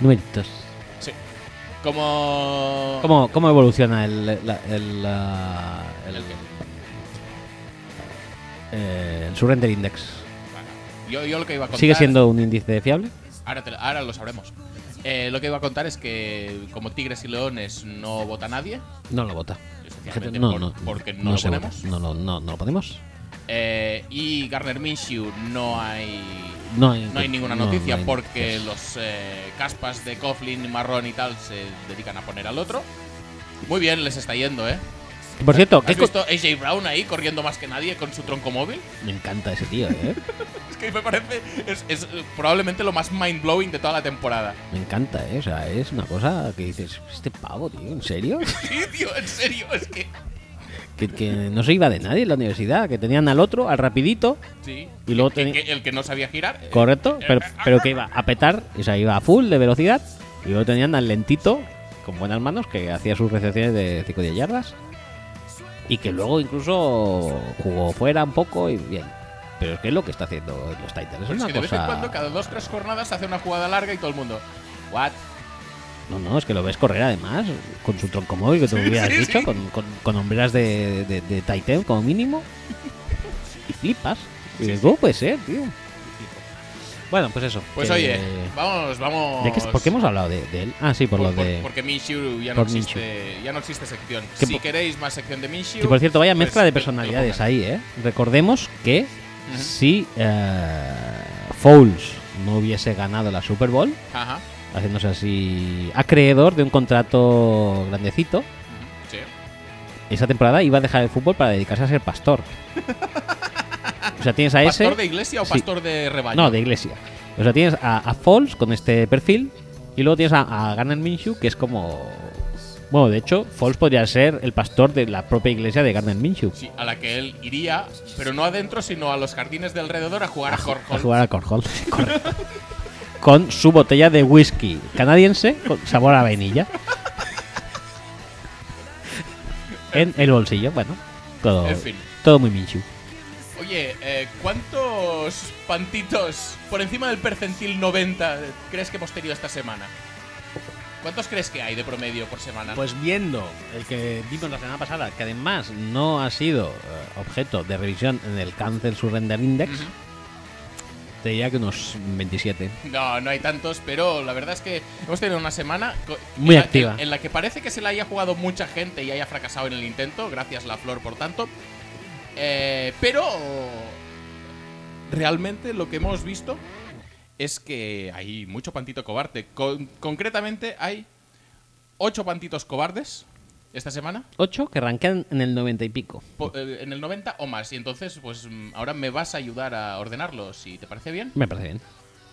Numeritos. Sí. Como. ¿Cómo, cómo evoluciona el, la- el, la- el- ¿El qué? eh, el surrender index? Bueno, yo, yo lo que iba a contar. ¿Sigue siendo un índice fiable? Ahora, te- ahora lo sabremos. Eh, lo que iba a contar es que, como Tigres y Leones no vota nadie, No lo vota. Efectivamente, No, por- no, porque no lo se vota. ponemos. No, no, no, no lo ponemos. Eh, y Garner Minshew no hay No hay, no hay ninguna no, noticia no hay porque noticias. los eh, caspas de Coughlin, Marrón y tal se dedican a poner al otro. Muy bien, les está yendo, ¿eh? Por cierto, ¿qué ¿Has co- visto AJ Brown ahí corriendo más que nadie con su tronco móvil? me encanta ese tío, ¿eh? Es que me parece, es, es probablemente lo más mind blowing de toda la temporada. <laughs> Me encanta, ¿eh? O sea, es una cosa que dices, este pavo, tío, ¿en serio? <laughs> Sí, tío, en serio, es que. que, que no se iba de nadie en la universidad, que tenían al otro, al rapidito, Sí. y luego Que- tenían... que el que no sabía girar. eh, Correcto, pero, pero que iba a petar, o sea, iba a full de velocidad y luego tenían al lentito, con buenas manos, que hacía sus recepciones de 5 o 10 yardas y que luego incluso jugó fuera un poco y bien. Pero es que es lo que está haciendo los Titans. Es pero es una que de vez en cuando, cosa... cada dos tres jornadas, hace una jugada larga y todo el mundo. ¿What? No, no, es que lo ves correr además, con su tronco móvil que tú hubieras sí, dicho, sí. con, con, con hombreras de, de, de tight end como mínimo. Y flipas. Y dices, ¿cómo puede ser, tío? Bueno, pues eso. Pues que- oye, vamos, vamos. ¿De qué, ¿Por qué hemos hablado de, de él? Ah, sí, por, Por- lo por- de. Porque Minshew ya, no por existe, ya no existe sección. Que Si por- queréis más sección de Minshew. que por cierto, vaya mezcla pues, de te- te lo personalidades pongan. ahí, ¿eh? Recordemos que si eh, Foles no hubiese ganado la Super Bowl, Ajá. haciéndose así acreedor de un contrato grandecito, ujú, Sí. esa temporada iba a dejar el fútbol para dedicarse a ser pastor. O sea, tienes a ese. ¿Pastor de iglesia o Sí. pastor de rebaño? No, de iglesia. O sea, tienes a, a Foles con este perfil y luego tienes a, a Garner Minshew, que es como. Bueno, de hecho, Foles podría ser el pastor de la propia iglesia de Garner Minshew. Sí, a la que él iría, pero no adentro, sino a los jardines de alrededor a jugar a, A cornhole. jugar al <laughs> corjol, correcto. con su botella de whisky canadiense con sabor a vainilla. en el bolsillo, bueno. Todo, En fin. todo muy Minshew. Oye, eh, ¿cuántos pantitos por encima del percentil 90 crees que hemos tenido esta semana? ¿Cuántos crees que hay de promedio por semana? Pues viendo el que vimos la semana pasada, que además no ha sido eh, objeto de revisión en el Cancel Surrender Index, te diría que unos 27. No, no hay tantos, pero la verdad es que hemos tenido una semana co- Muy en la- activa. en la que parece que se la haya jugado mucha gente y haya fracasado en el intento. Gracias, La Flor, por tanto. Eh, pero realmente lo que hemos visto es que hay mucho pantito cobarde. Con- concretamente hay ocho pantitos cobardes esta semana. 8 que ranquean en el 90 y pico. po- eh, En el 90 o más. Y entonces, pues mm, ahora me vas a ayudar a ordenarlos, si te parece bien. Me parece bien.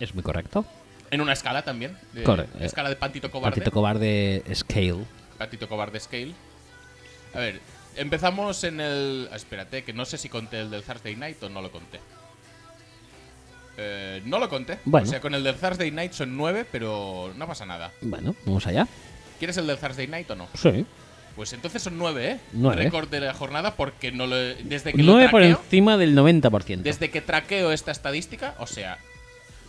Es muy correcto. En una escala también. de- Corre- eh, Escala de Pantito Cobarde. Partito Pantito, cobarde scale. Cobarde Scale. A ver, empezamos en el. ah, Espérate, que no sé si conté el del Thursday Night o no lo conté. Eh, no lo conté. Bueno. O sea, con el del Thursday Night son nueve, pero no pasa nada. Bueno, vamos allá. ¿Quieres el del Thursday Night o no? Sí. Pues entonces son nueve, ¿eh? Nueve. Récord de la jornada porque no lo. he- Desde que lo 9 por traqueo, encima del 90%. Desde que traqueo esta estadística, o sea,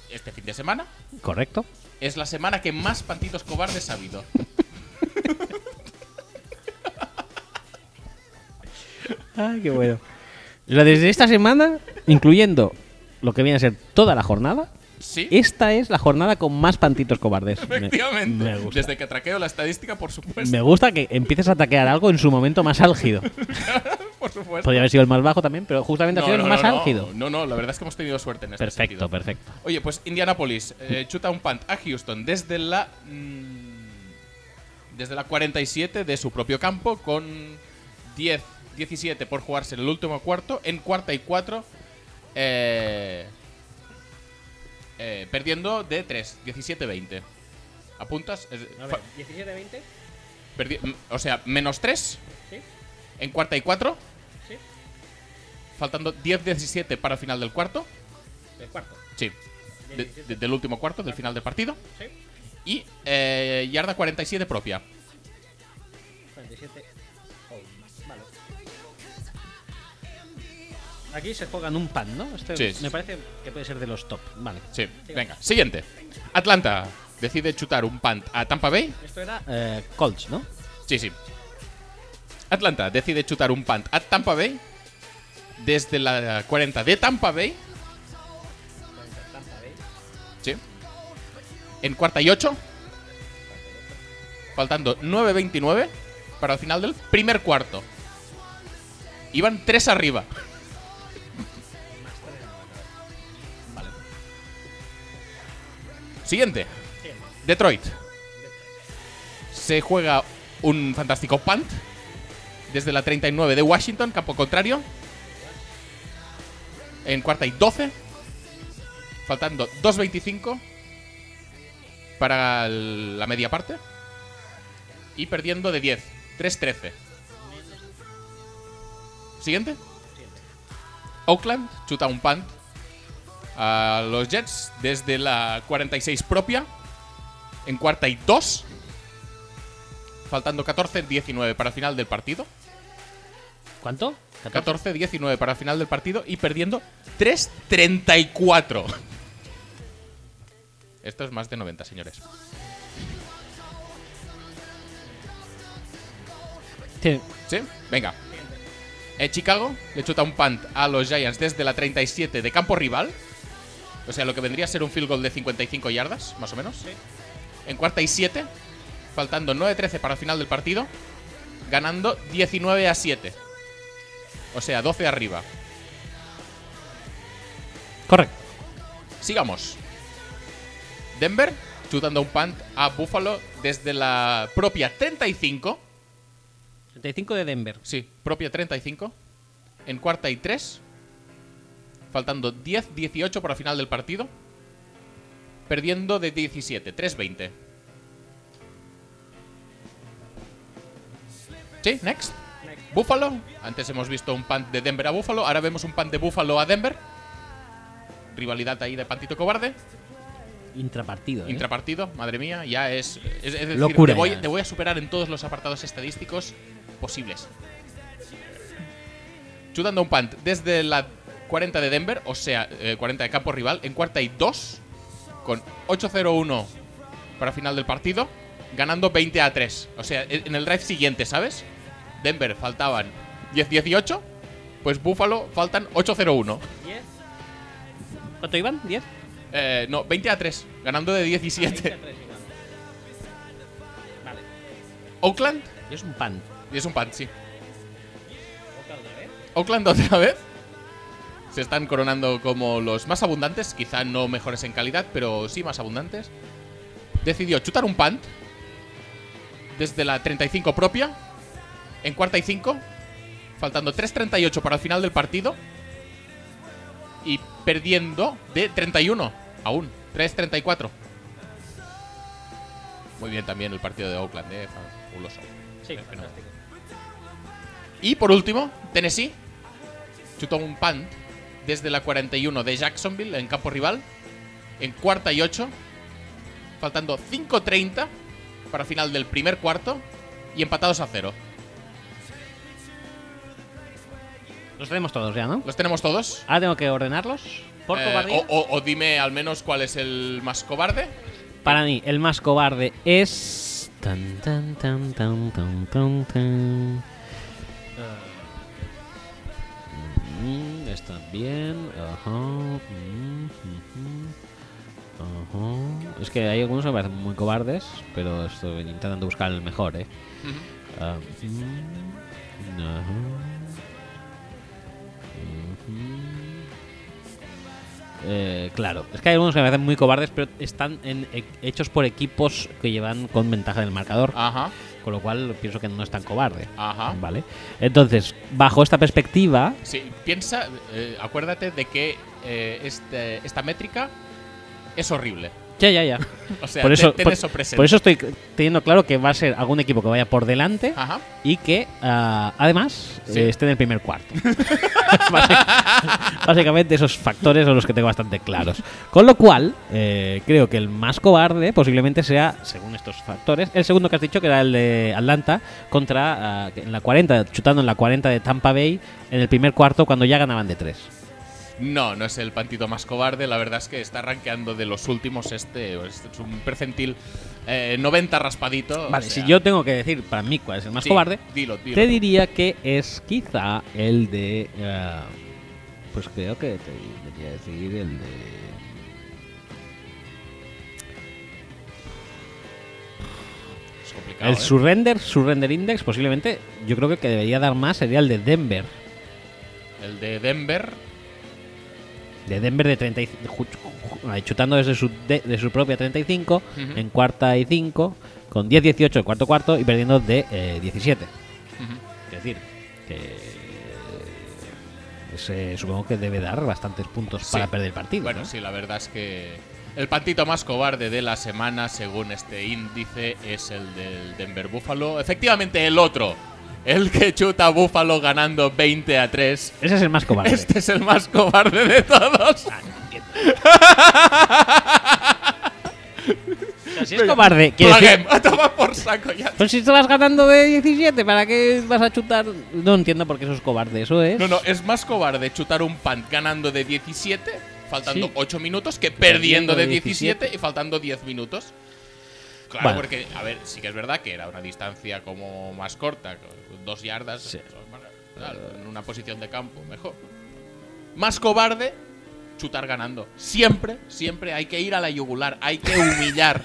este fin de semana, Correcto. es la semana que más pantitos cobardes ha habido. Ah, qué bueno. La desde esta semana, incluyendo lo que viene a ser toda la jornada, ¿Sí? esta es la jornada con más pantitos cobardes. Me- Efectivamente. Me, gusta. Desde que traqueo la estadística, por supuesto. Me gusta que empieces a ataquear algo en su momento más álgido. por supuesto. Podría haber sido el más bajo también, pero justamente ha sido el más no, álgido. No, no, la verdad es que hemos tenido suerte en este perfecto, sentido. perfecto. Oye, pues Indianapolis eh, chuta un punt a Houston desde la mm, desde la 47 de su propio campo con 10 17 por jugarse en el último cuarto en cuarta y cuatro eh, eh, perdiendo de 3 17-20. Apuntas Es- fa- 17-20. Perdi- m- o sea, menos 3 Sí. en cuarta y 4. Sí. Faltando 10-17 para final del cuarto. cuarto. Sí. De- de- del último cuarto, del final del partido. Sí. Y eh, yarda 47 propia. Aquí se juegan un pan, ¿no? Este Sí. Me parece que puede ser de los top. Vale. Sí. Venga, siguiente. Atlanta decide chutar un punt a Tampa Bay. Esto era eh, Colts, ¿no? Sí, sí. Atlanta decide chutar un punt a Tampa Bay. Desde la 40 de Tampa Bay. Sí. En cuarta y ocho. Faltando 9.29 para el final del primer cuarto. Iban tres arriba. Vale. Siguiente. Detroit. Se juega un fantástico punt desde la 39 de Washington, campo contrario. En cuarta y 12. Faltando 2.25 para el- la media parte. Y perdiendo de 10. 3.13. Siguiente. Oakland chuta un punt a los Jets desde la 46 propia. En cuarta y 2. Faltando 14-19 para el final del partido. ¿Cuánto? 14-19 para el final del partido y perdiendo 3-34. Esto es más de 90, señores. Sí. ¿Sí? Venga. Eh, Chicago le chuta un punt a los Giants desde la 37 de campo rival. O sea, lo que vendría a ser un field goal de 55 yardas, más o menos. En cuarta y 7, faltando 9-13 para el final del partido, ganando 19 a 7. O sea, 12 arriba. Correcto. Sigamos. Denver chutando un punt a Buffalo desde la propia 35. 35 de Denver. Sí, propia 35. En cuarta y 3. Faltando 10-18 para final del partido. Perdiendo de 17, 3-20. Sí, next. Buffalo. Antes hemos visto un punt de Denver a Buffalo. Ahora vemos un punt de Buffalo a Denver. Rivalidad ahí de Pantito Cobarde. Intrapartido. ¿eh? Intrapartido, madre mía, ya es. Es, es decir, Locura te voy, ya. te voy a superar en todos los apartados estadísticos posibles. Chutando un punt desde la 40 de Denver, o sea, eh, 40 de campo rival, en cuarta y 2, con 8-0-1 para final del partido, ganando 20 a 3. O sea, e, en el drive siguiente, ¿sabes? Denver faltaban 10-18, pues Buffalo faltan 8-0-1. ¿Diez? ¿Cuánto iban? ¿10? Eh, no, 20 a 3, ganando de 17. Vale. Oakland, Y es un pan. y es un pan, sí. Oakland otra vez. Se están coronando como los más abundantes, quizá no mejores en calidad, pero sí más abundantes. Decidió chutar un punt desde la 35 propia, en cuarta y 5, faltando 3.38 para el final del partido y perdiendo de 31 aún, 3.34. Muy bien también el partido de Oakland, eh, fabuloso. Sí, Es que no- fantástico. y por último, Tennessee chutó un punt desde la 41 de Jacksonville en campo rival, en cuarta y 8, faltando 5.30 para final del primer cuarto y empatados a cero. Los tenemos todos ya, ¿no? ¿Los tenemos todos? Ah, tengo que ordenarlos. Por Eh, cobardía. o, o- o dime al menos cuál es el más cobarde. Para mí, el más cobarde es. Tan, tan, tan, tan, tan, tan, tan. Mm, Está bien. Ajá. mm, ujú, ajá. Es que hay algunos que me parecen muy cobardes, pero estoy intentando buscar el mejor, ¿eh? Ah, mm, ajá. Ujú. Eh, claro, es que hay algunos que me parecen muy cobardes, pero están en- he- hechos por equipos que llevan con ventaja en el marcador, Ajá, con lo cual pienso que no es tan cobarde. ajá. ¿Vale? Entonces, bajo esta perspectiva, Sí, piensa, eh, acuérdate de que eh, este- esta métrica es horrible. ya, ya, ya. O sea, por, te- eso, ten por- eso presente. por eso estoy c- teniendo claro que va a ser algún equipo que vaya por delante Ajá. y que, ah, además, Sí. eh, esté en el primer cuarto. <laughs> Básic- Básicamente, esos factores son los que tengo bastante claros. Con lo cual, eh, creo que el más cobarde posiblemente sea, según estos factores, el segundo que has dicho, que era el de Atlanta, contra ah, que en la 40, chutando en la 40 de Tampa Bay en el primer cuarto cuando ya ganaban de 3. No, no es el pantito más cobarde. La verdad es que está rankeando de los últimos este. este es un percentil eh, 90 raspadito. o Vale, sea, si yo tengo que decir para mí cuál es el más sí, cobarde, Dilo, dilo. te diría que es quizá el de. ah, pues creo que te debería decir el de. es complicado. El ¿eh? surrender, surrender index, posiblemente, yo creo que el que debería dar más sería el de Denver. El de Denver. De Denver de 35, ju- ju- ju- chutando desde su, de, de su propia 35, Ujú. en cuarta y 5, con 10-18 en cuarto cuarto y perdiendo de eh, 17. ujú. Es decir, que eh, ese supongo que debe dar bastantes puntos Sí. para perder el partido. Bueno, ¿no? sí, la verdad es que. El pantito más cobarde de la semana, según este índice, es el del Denver Buffalo. Efectivamente, el otro. El que chuta a Buffalo ganando 20 a 3. Ese es el <laughs> más cobarde. Este es el más cobarde de todos. Ah, no entiendo. O sea, si es cobarde, quiere Plug decir- em, a tomar por saco ya. Pues si te vas ganando de 17, ¿para qué vas a chutar? No entiendo por qué eso es cobarde, eso es. No, no, es más cobarde chutar un punt ganando de 17, faltando Sí. 8 minutos, que perdiendo de 17, 17 y faltando 10 minutos. Claro, Bueno. porque, a ver, sí que es verdad que era una distancia como más corta, con dos yardas, Sí. eso, claro, en una posición de campo, mejor. Más cobarde, chutar ganando. Siempre, siempre hay que ir a la yugular, hay que humillar.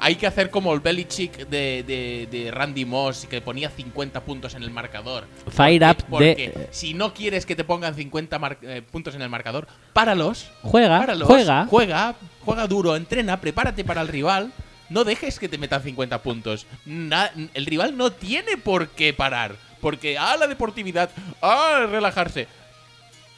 Hay que hacer como el Belichick de, de, de Randy Moss, que ponía 50 puntos en el marcador. Fire Porque- up de- Eh, eh, porque si no quieres que te pongan 50 mar- eh, puntos en el marcador, páralos. Juega, páralos, juega. Juega, juega duro, entrena, prepárate para el rival. No dejes que te metan 50 puntos. Na- el rival no tiene por qué parar. Porque, ah, la deportividad, ah, relajarse.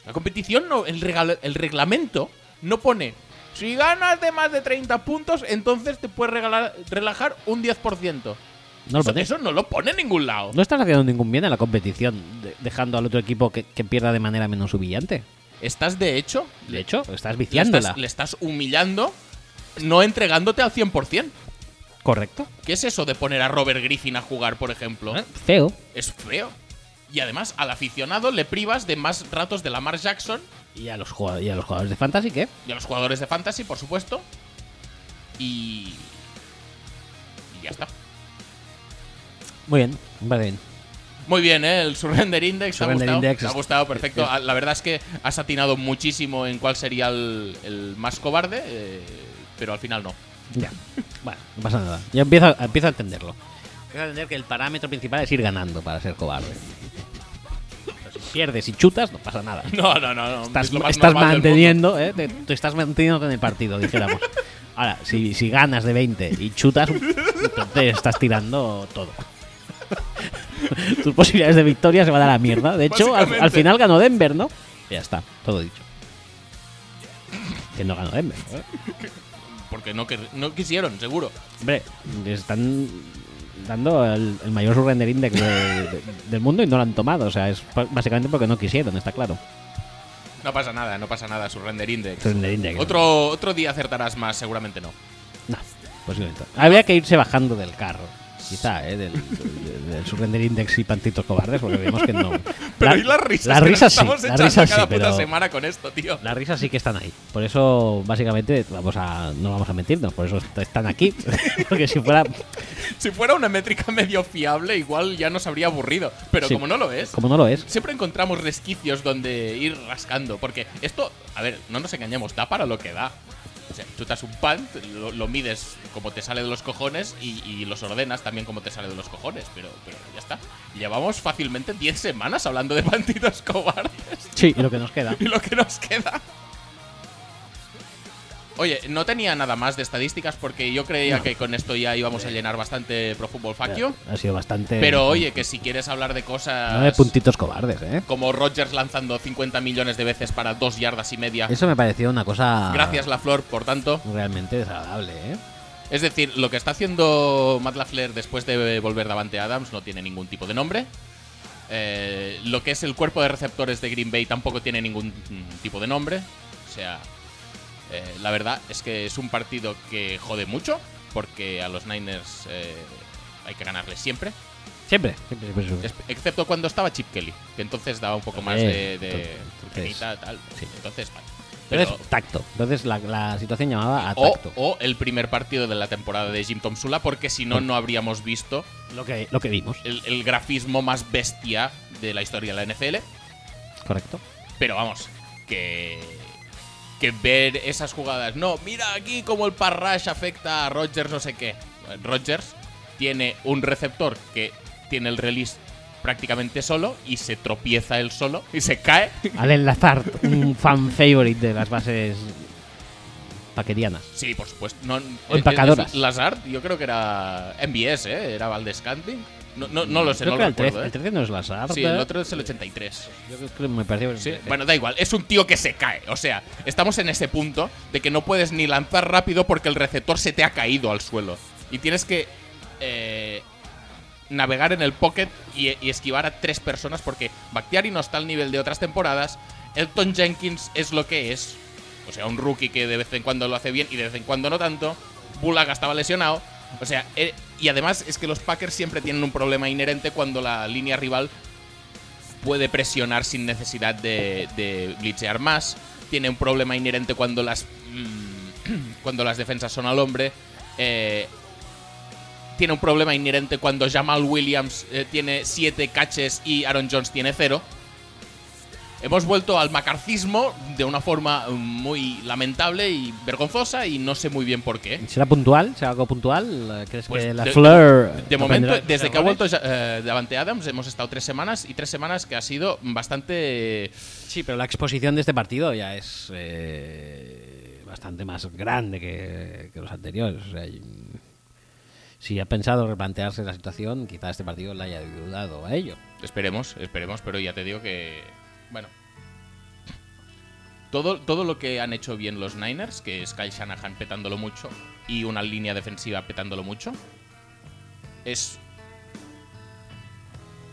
La competición, no, el, regalo- el reglamento no pone. Si ganas de más de 30 puntos, entonces te puedes regalar, relajar un 10%. No lo eso, pones. eso no lo pone en ningún lado. No estás haciendo ningún bien a la competición, de- dejando al otro equipo que, que pierda de manera menos humillante. Estás, de hecho, De hecho, estás le viciándola. estás, le estás humillando, no entregándote al 100%. Correcto. ¿Qué es eso de poner a Robert Griffin a jugar, por ejemplo? ¿Eh? Feo. Es feo. Y además, al aficionado le privas de más ratos de Lamar Jackson Y a los jugadores, y a los jugadores de Fantasy, ¿qué? y a los jugadores de Fantasy, por supuesto. Y. y ya está. Muy bien, vale bien. Muy bien, ¿eh? el Surrender Index. ¿Te ha Surrender gustado? Index ¿Te ha es- gustado, perfecto. es- Ah, La verdad es que has atinado muchísimo en cuál sería el, el más cobarde, eh, pero al final no. <laughs> Ya. Bueno, no pasa nada. Ya empiezo, empiezo a entenderlo. Empiezo a entender que el parámetro principal es ir ganando para ser cobarde. Pero si pierdes y chutas, no pasa nada. No, no, no. no. Estás, es lo más estás normal del manteniendo, ¿eh? Te, te estás manteniendo con el partido, dijéramos. Ahora, si, si ganas de 20 y chutas, entonces estás tirando <laughs> todo. Tus posibilidades de victoria se van a la mierda. De hecho, al, al Básicamente. final ganó Denver, ¿no? Ya está, todo dicho. Que no ganó Denver. ¿eh? mundo, Porque no, quer- no quisieron, seguro. Hombre, les están dando el, el mayor surrender index de- de- del mundo y no lo han tomado. O sea, es pa- básicamente porque no quisieron, está claro. No pasa nada, no pasa nada, Surrender Index. Surrender index. Otro, otro día acertarás más, seguramente no. No, posiblemente. Habría que irse bajando del carro. Quizá, ¿eh? Del, del- del surrender index y pantitos cobardes, porque vemos que <laughs> no. Pero La- ¿y las risas? Las que nos risas sí, estamos las echando risas sí, cada puta pero semana con esto, tío. las risas sí que están ahí. Por eso, básicamente, vamos a, no vamos a mentirnos. Por eso est- están aquí. <laughs> porque si fuera Si fuera una métrica medio fiable, igual ya nos habría aburrido. Pero Sí. como no lo es, como no lo es, siempre encontramos resquicios donde ir rascando. Porque esto, a ver, no nos engañemos, da para lo que da. O sea, chutas un pan, lo, lo mides como te sale de los cojones y, y los ordenas también como te sale de los cojones. Pero, pero ya está. Llevamos fácilmente 10 semanas hablando de bandidos cobardes. sí, y lo que nos queda. Y lo que nos queda. Oye, no tenía nada más de estadísticas porque yo creía No. Eh. que con esto ya íbamos a llenar bastante Pro Football Factio. Ha sido bastante. Pero oye, que si quieres hablar de cosas Eh. Nueve puntitos cobardes, ¿eh? como Rogers lanzando 50 millones de veces para dos yardas y media. Eso me pareció una cosa. Ah. Gracias, La Flor, por tanto. Realmente desagradable, ¿eh? Es decir, lo que está haciendo Matt LaFleur después de volver Davante Adams no tiene ningún tipo de nombre. Eh, lo que es el cuerpo de receptores de Green Bay tampoco tiene ningún mm, tipo de nombre. O sea, eh, la verdad es que es un partido que jode mucho porque a los Niners eh, hay que ganarles siempre. Siempre. Siempre, siempre, siempre. Es- Excepto cuando estaba Chip Kelly, que entonces daba un poco más de, También, de entonces, truquinita, tal. sí. Entonces, vale. Pero Pero- es tacto. Entonces la, la situación llamaba a o, tacto. o el primer partido de la temporada de Jim Tom Sula, porque si no, no habríamos visto Lo, que, lo que vimos, el, el grafismo más bestia de la historia de la NFL. <laughs> correcto. Pero vamos, que, que ver esas jugadas. No, mira aquí cómo el parrash afecta a Rodgers, no sé qué. Rodgers tiene un receptor que tiene el release prácticamente solo y se tropieza él solo y se cae. Al enlazar un fan favorite de las bases paquerianas. Sí, por supuesto. No, O empacadoras. eh, eh, Lazard, yo creo que era MBS, ¿eh? Era Valdez Cantlin. No, no, no lo sé, Creo no que lo el 13, recuerdo, el ¿eh? 13 no es Lazard. Sí, ¿eh? el otro es el 83. Yo creo que me pareció. Sí, bueno, da igual, es un tío que se cae. O sea, estamos en ese punto de que no puedes ni lanzar rápido porque el receptor se te ha caído al suelo. Y tienes que eh, navegar en el pocket y, y esquivar a tres personas porque Bakhtiari no está al nivel de otras temporadas. Elton Jenkins es lo que es. O sea, un rookie que de vez en cuando lo hace bien y de vez en cuando no tanto. Bullock estaba lesionado. O sea, eh, y además es que los Packers siempre tienen un problema inherente cuando la línea rival puede presionar sin necesidad de, de blitzear más. Tiene un problema inherente cuando las mm, <clears throat> cuando las defensas son al hombre. Eh, tiene un problema inherente cuando Jamal Williams eh, tiene 7 catches y Aaron Jones tiene 0. Hemos vuelto al macarcismo de una forma mm, muy lamentable y vergonzosa y no sé muy bien por qué. ¿Será puntual? ¿Será algo puntual? ¿Crees Pues que la de- Fleur. De momento, desde que ha vuelto eh, Davante Adams, hemos estado tres semanas y tres semanas que ha sido bastante Sí, pero la exposición de este partido ya es eh, bastante más grande que, que los anteriores. O sea, y- si ha pensado replantearse la situación, quizá este partido le haya ayudado a ello. Esperemos, esperemos, pero ya te digo que. Bueno. Todo, todo lo que han hecho bien los Niners, que es Kyle Shanahan petándolo mucho y una línea defensiva petándolo mucho, es.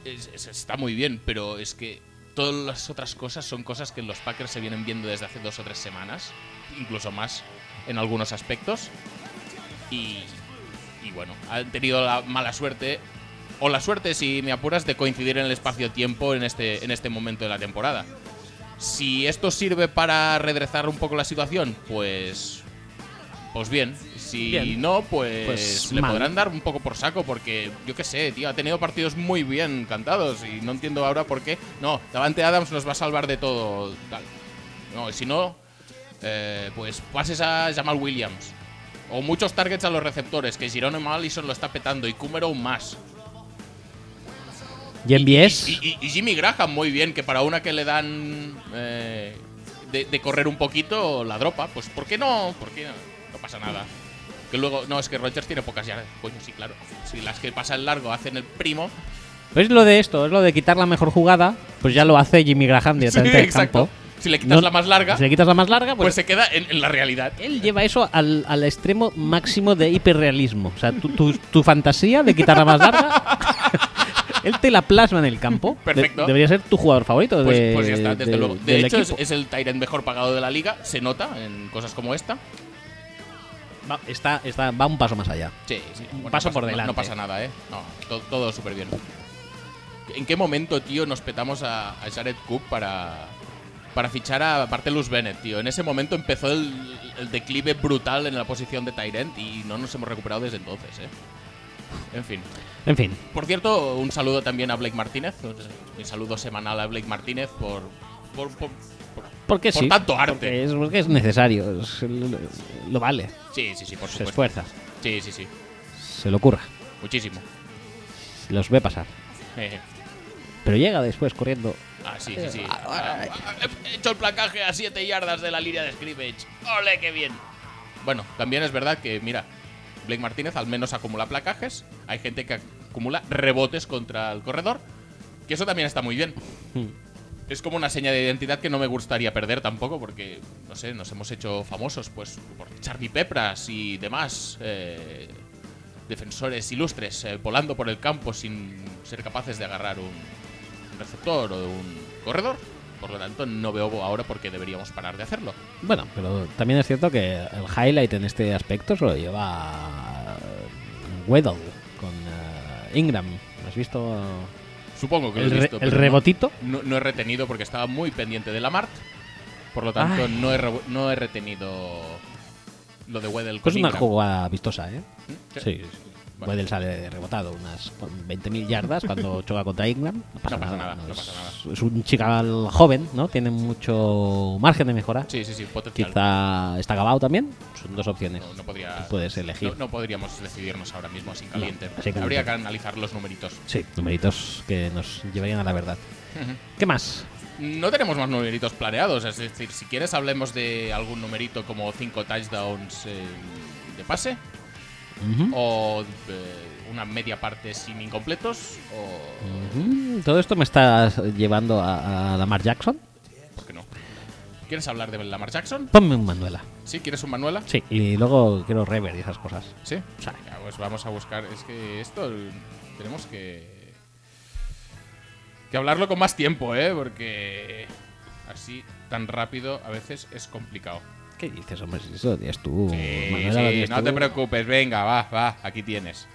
es- es- está muy bien, pero es que todas las otras cosas son cosas que los Packers se vienen viendo desde hace dos o tres semanas, incluso más en algunos aspectos. Y, y bueno, han tenido la mala suerte, o la suerte, si me apuras, de coincidir en el espacio-tiempo en este, en este momento de la temporada. Si esto sirve para redrezar un poco la situación, pues Pues bien, si Bien. no, pues, Pues le mal. podrán dar un poco por saco porque yo qué sé, tío, ha tenido partidos muy bien cantados y no entiendo ahora por qué. No, Davante Adams nos va a salvar de todo. Tal. No, y si no, eh, pues pases a Jamal Williams. O muchos targets a los receptores, que Geronimo Allison lo está petando y Kumero más. Y en Bies, Y, y- y Jimmy Graham muy bien, que para una que le dan eh, de, de correr un poquito la dropa, pues ¿por qué no? ¿Por qué no? No pasa nada. Que luego, no, es que Rogers tiene pocas yardas. Coño, sí, claro. Si las que pasan largo hacen el primo. pues lo de esto, es lo de quitar la mejor jugada, pues ya lo hace Jimmy <laughs> Graham directamente Sí, del campo. Si le quitas No- la más larga, Si le quitas la más larga, pues pues, se queda en, en la realidad. él lleva eso al, al extremo máximo de hiperrealismo. O sea, tu, tu- tu fantasía de quitar la más larga, <laughs> él te la plasma en el campo. De- Perfecto. debería ser tu jugador favorito de, Pues, pues ya está, desde de- luego. De del hecho, es, equipo. es el Tyrant mejor pagado de la liga. Se nota en cosas como esta. eh, Va, está, está, va un paso más allá. Sí, sí. Un Bueno, paso no pasa- por no- delante. No, pasa nada, ¿eh? No, to- todo súper bien. ¿En qué momento, tío, nos petamos a, a Jared Cook para, para fichar a Bartelus Bennett, tío? En ese momento empezó el, el declive brutal en la posición de Tyrant y no nos hemos recuperado desde entonces, ¿eh? En fin. En fin, Por cierto, un saludo también a Blake Martínez. Mi saludo semanal a Blake Martínez por, por, por- por- porque Por Eh, sí. tanto arte. Porque es, porque es necesario. es- lo, lo vale. Sí, sí, sí, por Se supuesto. esfuerza. Sí, sí, sí. Se le ocurra. Muchísimo. Eh, Los ve pasar. Jeje. Pero llega después corriendo. Ah, sí, sí, sí. Ah, ah, He hecho el placaje a 7 yardas de la línea de scrimmage. ¡Ole, qué bien! Bueno, también es verdad que, mira, Blake Martínez al menos acumula placajes. Hay gente que acumula rebotes contra el corredor. Que eso también está muy bien. Es como una seña de identidad que no me gustaría perder tampoco, porque, no sé, nos hemos hecho famosos, pues, por Charlie Pepras y demás eh, defensores ilustres eh, volando por el campo sin ser capaces de agarrar un, un receptor o un corredor. Por lo tanto, no veo ahora por qué deberíamos parar de hacerlo. Bueno, pero también es cierto que el highlight en este aspecto se lo lleva Weddle con eh, Ingram. ¿Has visto Supongo que lo el, he re- visto, el pero no- rebotito? No, no he retenido porque estaba muy pendiente de Lamart. Por lo tanto, Ay. no he, rebo- no he retenido lo de Weddell Pues con una Ingram. ¿Mm? jugada vistosa, ¿eh? Sí. sí, sí. Bueno. Weddle sale rebotado unas 20.000 yardas <laughs> cuando choca contra Ingram. No pasa, No pasa nada, no es- pasa nada. Es un chical joven, ¿no? Tiene mucho margen de mejora. Sí, sí, sí, potencial. Quizá está acabado también. Son dos opciones. No, no podría, Puedes elegir. No, no podríamos decidirnos ahora mismo así caliente. así caliente. Habría que analizar los numeritos. Sí, numeritos que nos llevarían a la verdad. ¿Qué más? No tenemos más numeritos planeados, es decir, si quieres hablemos de algún numerito como 5 touchdowns eh, de pase, Ujú. o eh, una media parte sin incompletos, o... Ujú. Mm, Todo esto me está llevando a, a Lamar Jackson. ¿Por qué no? ¿Quieres hablar de Lamar Jackson? Ponme un Manuela. ¿Sí? ¿Quieres un Manuela? Sí. Y luego quiero Rever y esas cosas. ¿Sí? Sí. Ya, pues vamos a buscar. Es que esto eh, tenemos que. que hablarlo con más tiempo, ¿eh? Porque. así, tan rápido, a veces es complicado. ¿Qué dices, hombre? Si Eso lo tienes tú. Sí, Oh, Manuela, sí, lo tienes no tú. te preocupes, venga, va, va, aquí tienes.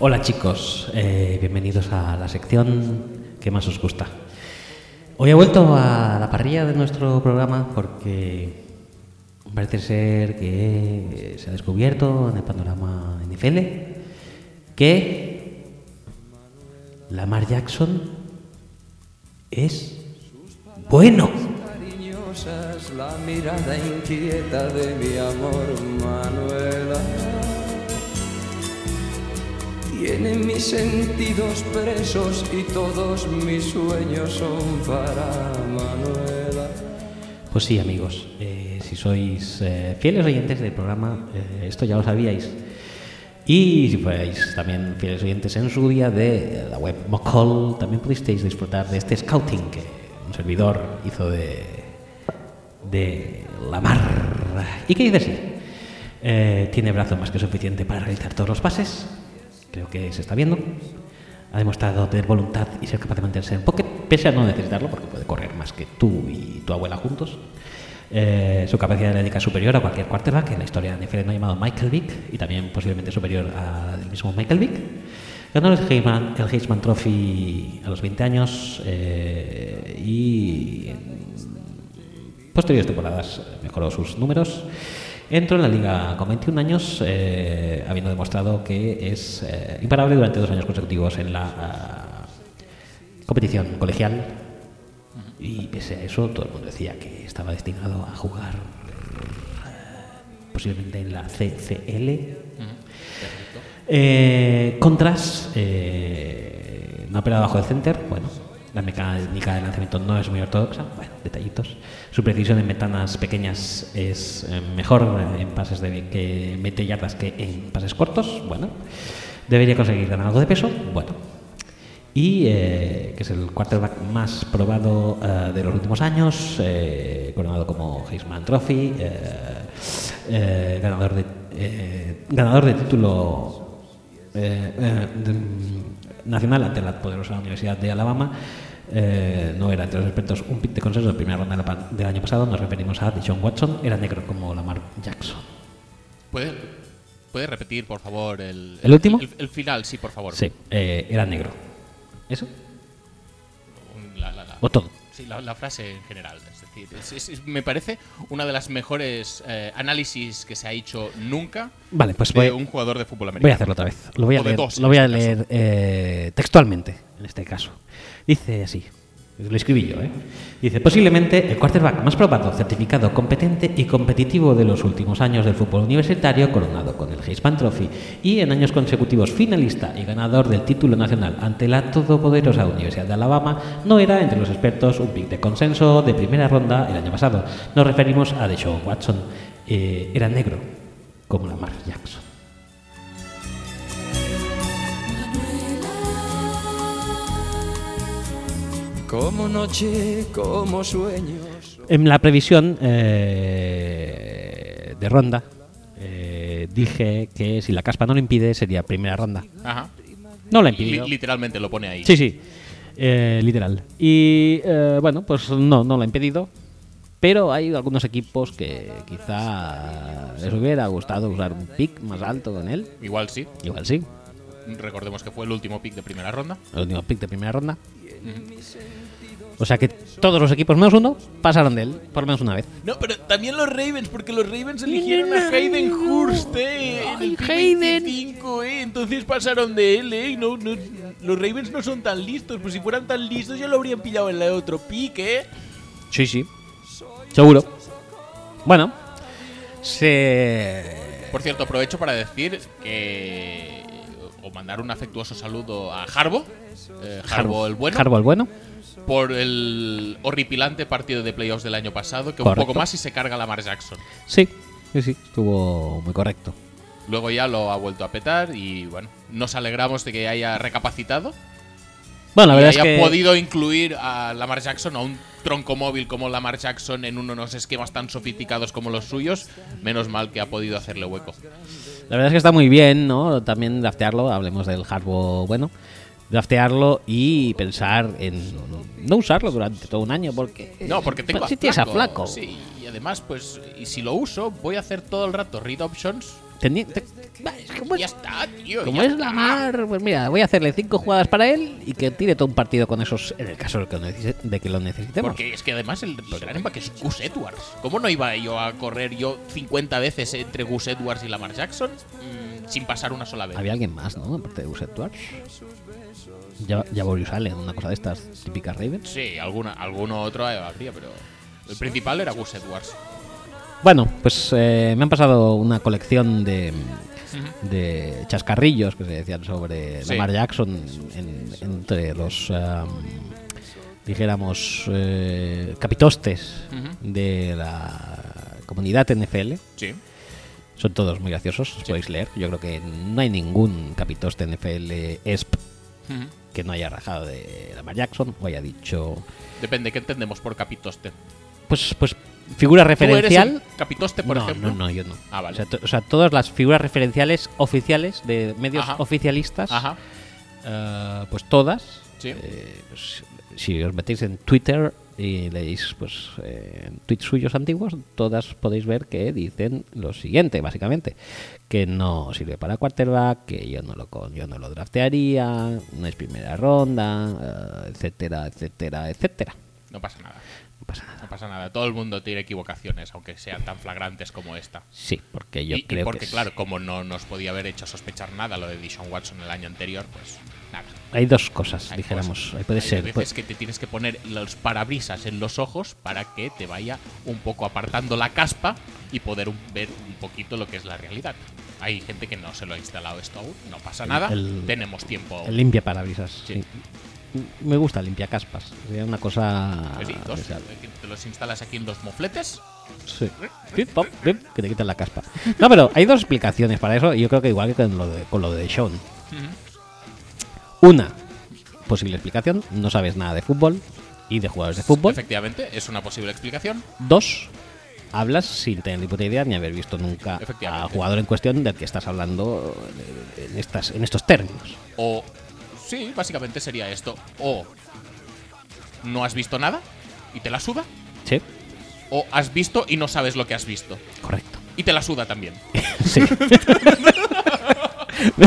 Hola chicos, eh, bienvenidos a la sección que más os gusta. Hoy he vuelto a la parrilla de nuestro programa porque parece ser que se ha descubierto en el panorama NFL que Lamar Jackson es bueno. cariñosas, la mirada inquieta de mi amor Manuela. Tiene mis sentidos presos y todos mis sueños son para Manuela. Pues sí, amigos, eh, si sois eh, fieles oyentes del programa, eh, esto ya lo sabíais. Y si fuerais también fieles oyentes en su día de la web Mocol, también pudisteis disfrutar de este scouting que un servidor hizo de, de Lamar izquierda y que dice sí. Eh, tiene brazo más que suficiente para realizar todos los pases. Creo que se está viendo. Ha demostrado tener voluntad y ser capaz de mantenerse en pocket, pese a no necesitarlo, porque puede correr más que tú y tu abuela juntos. Eh, su capacidad atlética es superior a cualquier quarterback en la historia de NFL no llamado Michael Vick y también posiblemente superior al mismo Michael Vick. Ganó el Heisman, el Heisman Trophy a los 20 años eh, y posteriores temporadas eh, mejoró sus números. Entró en la liga con 21 años, eh, habiendo demostrado que es eh, imparable durante dos años consecutivos en la ah, competición colegial. Y pese a eso, todo el mundo decía que estaba destinado a jugar eh, posiblemente en la CCL. Eh, contras, eh, no ha peleado bajo el center. Bueno, la mecánica de lanzamiento no es muy ortodoxa. Bueno, detallitos. Su precisión en ventanas pequeñas es eh, mejor eh, en pases de que mete yardas que en pases cortos. Bueno, debería conseguir ganar algo de peso. Bueno, y eh, que es el quarterback más probado eh, de los últimos años, eh, coronado como Heisman Trophy, eh, eh, ganador, de, eh, ganador de título eh, eh, de- mm, nacional ante la poderosa Universidad de Alabama. Eh, no era entre los expertos un pick de consenso de primera ronda de la pa- del año pasado, nos referimos a Deshaun Watson, era negro como Lamar Jackson. ¿Puede, puede repetir, por favor, el, ¿El último? El, el final, sí, por favor. Sí, eh, era negro. ¿Eso? La, la- la- ¿O todo? sí, la- la frase en general. Es decir, es- es- es- me parece una de las mejores eh, análisis que se ha hecho nunca Vale, pues voy, de un jugador de fútbol americano. Voy a hacerlo otra vez. Lo voy a O de leer, dos, en lo voy a este caso. leer eh, textualmente, en este caso. Dice así. Lo escribí yo, ¿eh? Dice, posiblemente el quarterback más probado, certificado, competente y competitivo de los últimos años del fútbol universitario, coronado con el Heisman Trophy y en años consecutivos finalista y ganador del título nacional ante la todopoderosa Universidad de Alabama, no era entre los expertos un pick de consenso de primera ronda el año pasado. Nos referimos a Deshaun Watson. Eh, era negro, como Lamar Jackson. Como noche, como sueños. En la previsión eh, de ronda eh, dije que si la caspa no lo impide sería primera ronda. Ajá. No la ha Li- impedido. literalmente lo pone ahí. Sí, sí. Eh, literal. Y eh, bueno, pues no, no lo ha impedido. Pero hay algunos equipos que quizá les hubiera gustado usar un pick más alto con él. Igual sí. Igual sí. Recordemos que fue el último pick de primera ronda. El último pick de primera ronda. O sea que todos los equipos menos uno pasaron de él, por lo menos una vez. No, pero también los Ravens, porque los Ravens eligieron a Hayden Hurst, eh, en el pick 25, eh, entonces pasaron de él, eh, y no, no- los Ravens no son tan listos, pues si fueran tan listos ya lo habrían pillado en el otro pick, eh. Sí, sí. Seguro. Bueno. Se... Por cierto, aprovecho para decir que... o mandar un afectuoso saludo a Harbo, eh, Harbo el bueno, Harbo el bueno. por el horripilante partido de playoffs del año pasado, que un Correcto. poco más y se carga a Lamar Jackson. Sí, sí, sí. Estuvo muy correcto. Luego ya lo ha vuelto a petar y bueno, nos alegramos de que haya recapacitado Bueno, la y verdad haya es que... podido incluir a Lamar Jackson, a un tronco móvil como Lamar Jackson, en uno de unos esquemas tan sofisticados como los suyos. Menos mal que ha podido hacerle hueco. La verdad es que está muy bien, ¿no? También draftearlo, hablemos del hardware bueno, draftearlo y pensar en no usarlo durante todo un año porque... No, porque tengo Eh, pues si tienes a Flaco. Sí, y además, pues, y si lo uso, voy a hacer todo el rato read options. Teni- te- es que, Ya bueno, está, tío. Como ya es está. la mar, pues mira, voy a hacerle cinco jugadas para él y que tire todo un partido con esos, en el caso de que lo necesi- de que lo necesitemos. Porque es que además el Pues running back es Gus Edwards. ¿Cómo no iba yo a correr yo 50 veces entre Gus Edwards y Lamar Jackson mm, sin pasar una sola vez? Había alguien más, ¿no? Aparte de Gus Edwards. Ya, ya Boris Allen, una cosa de estas típicas Ravens. Sí, alguna, alguno otro habría, pero el principal era Gus Edwards. Bueno, pues eh, me han pasado una colección de, de chascarrillos que se decían sobre Sí. Lamar Jackson en- entre los, am, dijéramos, eh, capitostes Ujú. de la comunidad NFL. Sí. Son todos muy graciosos, os podéis leer. Yo creo que no hay ningún este capitoste NFL ESP que no haya rajado de Lamar Jackson o haya dicho Depende, ¿qué entendemos por capitoste? pues pues figura ¿Tú eres referencial. el capitoste, por no, ejemplo? no, no, yo no. Ah, vale. o, sea, to- o sea, todas las figuras referenciales oficiales de medios Ajá. oficialistas, Ajá. eh, pues todas. Sí. eh, pues, si os metéis en Twitter y leéis pues eh, tweets suyos antiguos, todas podéis ver que dicen lo siguiente, básicamente, que no sirve para quarterback, que yo no lo con- yo no lo draftearía, no es primera ronda, eh, etcétera, etcétera, etcétera. No pasa nada. No pasa nada. No pasa nada. Todo el mundo tiene equivocaciones, aunque sean tan flagrantes como esta. Sí, porque yo y, y creo porque, que es- claro, como no nos podía haber hecho sospechar nada lo de Dishon Watson el año anterior, pues nada. hay dos cosas, hay dijéramos. cosas. Ahí puede Hay ser. veces pues- que te tienes que poner los parabrisas en los ojos para que te vaya un poco apartando la caspa y poder un- ver un poquito lo que es la realidad. Hay gente que no se lo ha instalado esto aún, no pasa nada, el- tenemos tiempo. aún. El limpia parabrisas. Sí. Sí. Me gusta limpia caspas. Sería una cosa. Pues sí, dos, deseable. eh, te los instalas aquí en los mofletes. Sí. Pip, pop, pip, que te quitan la caspa. No, pero hay dos explicaciones para eso. y Yo creo que igual que con lo de, con lo de Sean. Una posible explicación: no sabes nada de fútbol y de jugadores de fútbol. Efectivamente, es una posible explicación. Dos, hablas sin tener ni puta idea ni haber visto nunca Efectivamente. al jugador en cuestión del que estás hablando eh, en, estas, en estos términos. O. Sí, básicamente sería esto. O. No has visto nada y te la suda. Sí, O has visto y no sabes lo que has visto. correcto. Y te la suda también. Sí.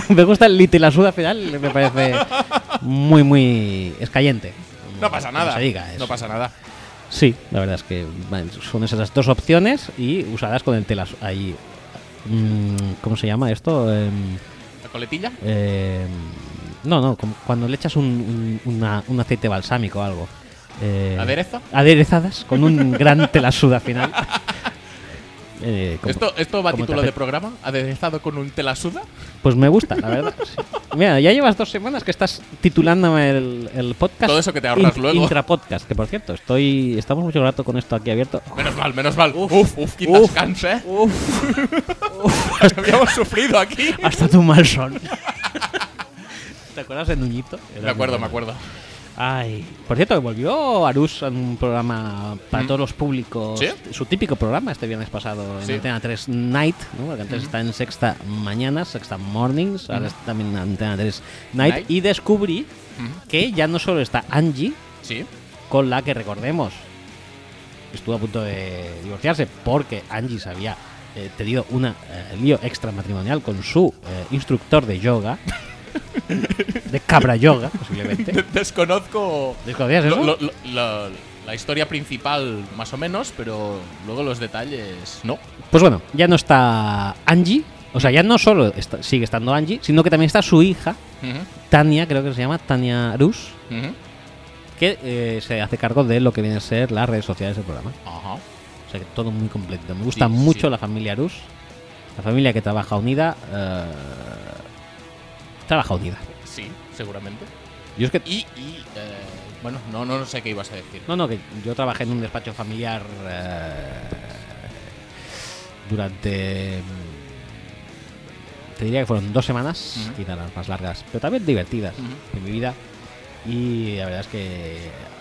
me gusta el lit y la suda final, me parece muy, muy escayente. No pasa nada. Como se diga, es- No pasa nada. Sí, la verdad es que bueno, son esas las dos opciones y usadas con el telas ahí. mm, ¿Cómo se llama esto? Em, La coletilla. em, no, no, como cuando le echas un, un- una- un aceite balsámico o algo. Eh, Aderezo. Aderezadas con un gran telasuda <laughs> final. Eh, como- Esto, esto va a como título tape- de programa. Aderezado con un te la suda. Pues me gusta, la verdad. sí. Mira, ya llevas dos semanas que estás titulándome el, el podcast. Todo eso que te ahorras Int- luego. Intrapodcast, que por cierto, estoy estamos mucho rato con esto aquí abierto. Menos mal, menos mal. Uf, uf, quitas uf, cans, eh. <laughs> Habíamos <laughs> sufrido aquí. Hasta tu mal <laughs> son. ¿Te acuerdas de Nuñito? Era Me acuerdo, muy me bueno. acuerdo. Ay, por cierto, volvió Arús en un programa para Mm. todos los públicos. ¿Sí? Su típico programa este viernes pasado en Sí. Antena 3 Night, ¿no? porque antes está en sexta mañana, sexta mornings, ahora está también en Antena 3 Night. Night. Y descubrí Ujú. que ya no solo está Angie, Sí. con la que recordemos estuvo a punto de divorciarse porque Angie se había eh, tenido un lío extramatrimonial con su eh, instructor de <laughs> yoga, de cabra yoga, posiblemente. Desconozco. ¿Desconocías eso? Lo- lo- lo- lo- la historia principal, más o menos, pero luego los detalles, no. Pues bueno, ya no está Angie, o sea, ya no solo está- sigue estando Angie, sino que también está su hija, Ujú, Tania, creo que se llama, Tania Rus, ujú. que eh, se hace cargo de lo que viene a ser las redes sociales del programa. Ajá. O sea que todo muy completo. Me gusta Sí, mucho sí. la familia Arús. La familia que trabaja unida. eh, trabaja unida. Sí, seguramente. Yo es que. Y, y, eh, bueno, no, no sé qué ibas a decir. No, no, que yo trabajé en un despacho familiar. eh, durante. mm, Te diría que fueron dos semanas, Ujú. quizás las más largas, pero también divertidas Ujú. de mi vida. Y la verdad es que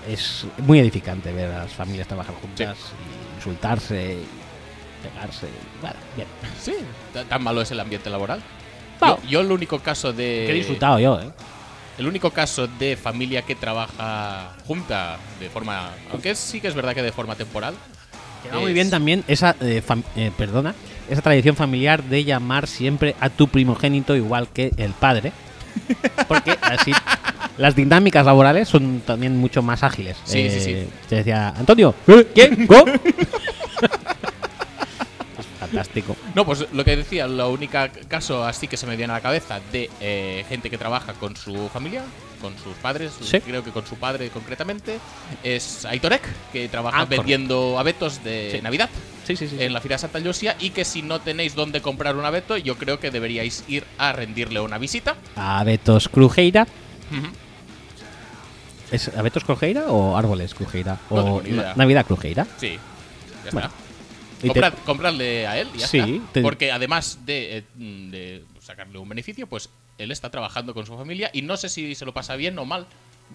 es muy edificante ver a las familias trabajar juntas, y insultarse, y pegarse. y, Bueno, bien. Sí, ta- tan malo es el ambiente laboral. No. Yo, yo el único caso de... Que he disfrutado yo, ¿eh? El único caso de familia que trabaja junta de forma... Aunque sí que es verdad que de forma temporal. Queda muy es- bien también esa, eh, fam- eh, perdona, esa tradición familiar de llamar siempre a tu primogénito igual que el padre. <laughs> Porque así las dinámicas laborales son también mucho más ágiles. Eh, Sí, sí, sí. Te decía, Antonio, ¿eh? ¿quién? <laughs> ¿Go? Es Fantástico. No, pues lo que decía, el único caso así que se me viene a la cabeza de eh, gente que trabaja con su familia, con sus padres, Sí. creo que con su padre concretamente, es Aitorek, que Ah, trabaja correcto. vendiendo abetos de Sí. Navidad Sí, sí, sí. en la Fira Santa Lucia y que si no tenéis dónde comprar un abeto, yo creo que deberíais ir a rendirle una visita. A Betos Crujeira. Ujú. ¿Es Abetos Crujeira o Árboles Crujeira? No tengo o ni idea. Na- Navidad Crujeira. Sí, ya Bueno, está. Y te- Comprad- compradle a él, y ya Sí, está. te- Porque además de, eh, mm, de sacarle un beneficio, pues él está trabajando con su familia y no sé si se lo pasa bien o mal.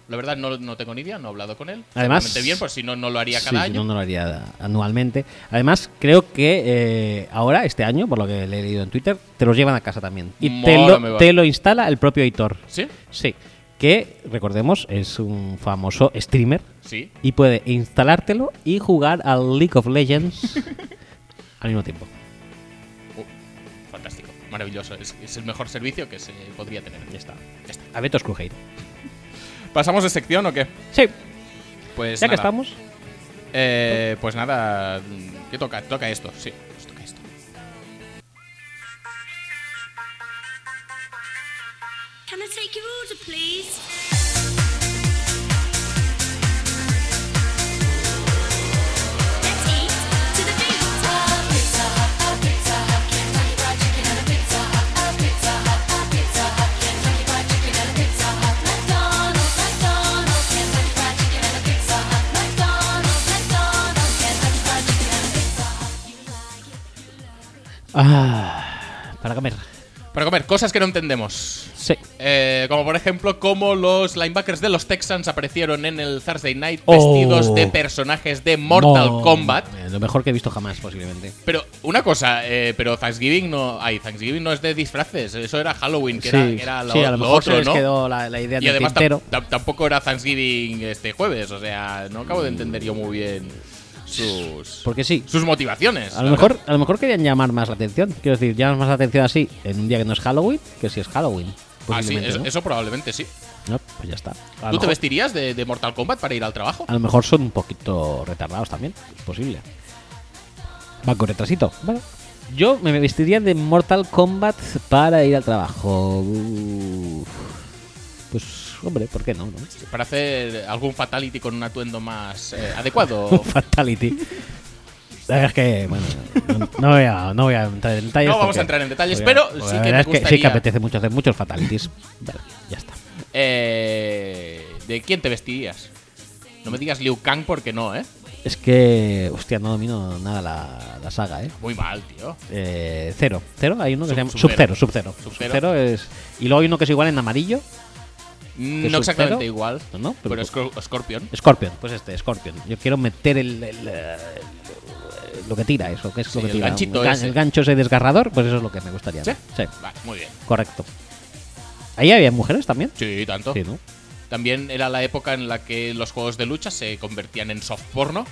La verdad no, no tengo ni idea, no he hablado con él. Además- Seguramente bien, pues si no, no lo haría Sí, cada si año. no, no lo haría anualmente. Además, creo que eh, ahora, este año, por lo que le he leído en Twitter, te los llevan a casa también. Y te Mola, me lo, va. te lo instala el propio Hitor. ¿Sí? Sí. Que, recordemos, es un famoso streamer Sí. y puede instalártelo y jugar al League of <laughs> Legends al mismo tiempo. Fantástico, maravilloso. Es, es el mejor servicio que se podría tener. Ya está. Ya está. A Beto Escrujeiro. ¿Pasamos de sección o qué? Sí, Pues ya que nada. estamos. Eh, pues nada, mm, ¿qué toca? Toca esto, sí. pues toca esto. Can I take your order, please? Let's eat to the beat. Ah, para comer. Para comer, cosas que no entendemos. Sí. Eh, como por ejemplo, cómo los linebackers de los Texans aparecieron en el Thursday Night Oh. vestidos de personajes de Mortal Mo- Kombat. eh, Lo mejor que he visto jamás, posiblemente. Pero una cosa, eh, pero Thanksgiving no hay. Thanksgiving no es de disfraces, eso era Halloween, que era, que era lo, sí, a lo, mejor otro, se les ¿no? quedó la, la idea y del además tam- tintero. tam- tampoco era Thanksgiving este jueves, o sea, no acabo de entender yo muy bien sus, Porque sí. sus motivaciones. A la lo, mejor, a lo mejor querían llamar más la atención. Quiero decir, llamas más la atención así en un día que no es Halloween que si es Halloween. Ah, sí, posiblemente, eso, ¿no? eso probablemente sí. No, pues ya está. A ¿Tú lo, te mejor, vestirías de, de Mortal Kombat para ir al trabajo? a lo mejor son un poquito retardados también. Es posible. Van con retrasito. Bueno. Yo me vestiría de Mortal Kombat para ir al trabajo. Uf. Pues, hombre, ¿por qué no? <laughs> no? Para hacer algún fatality con un atuendo más eh, adecuado. Un Fatality. La verdad es que, bueno, no, no voy, a, no voy a entrar en detalles. No vamos porque- a entrar en detalles, porque- pero porque sí la verdad que me es sí que gustaría- apetece mucho hacer muchos fatalities. Vale, ya está. Eh, ¿De quién te vestirías? No me digas Liu Kang porque no, ¿eh? Es que, hostia, no domino nada la, la saga, ¿eh? Muy mal, tío. Eh, Cero. Cero, hay uno que Sub- se llama. Sub-Zero, Sub-Zero. Sub-Zero. Sub-Zero. Sub-Zero es. Y luego hay uno que es igual en amarillo, No exactamente Sub-Zero? igual. No, no, pero- pues pero Scor- Scorpion. Scorpion, pues este, Scorpion. Yo quiero meter el, el, eh, lo que tira eso, que es Sí, lo que el tira. ganchito el, gan- ese. el gancho ese desgarrador, pues eso es lo que me gustaría. ¿Sí? Sí, Vale, muy bien. correcto. Ahí había mujeres también. Sí, tanto. Sí, ¿no? También era la época en la que los juegos de lucha se convertían en soft porno.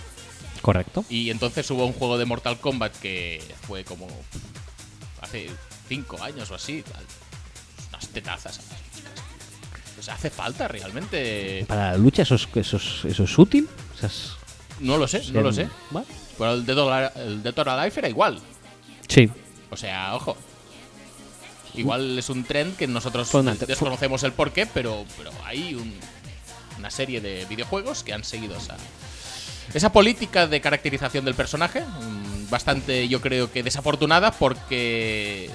Correcto. Y entonces hubo un juego de Mortal Kombat que fue como hace cinco años o así. tal. Unas tetazas. a las chicas. Pues hace falta realmente. Para la lucha eso es, eso es, eso es útil. Eso es- No lo sé, no lo sé. ¿Va? Pero el Dead or Al- el Dead or Alive era igual. Sí. O sea, ojo. Igual es un trend que nosotros Fue una- desconocemos el porqué, pero, pero hay un- una serie de videojuegos que han seguido esa, esa política de caracterización del personaje, mm, bastante yo creo que desafortunada porque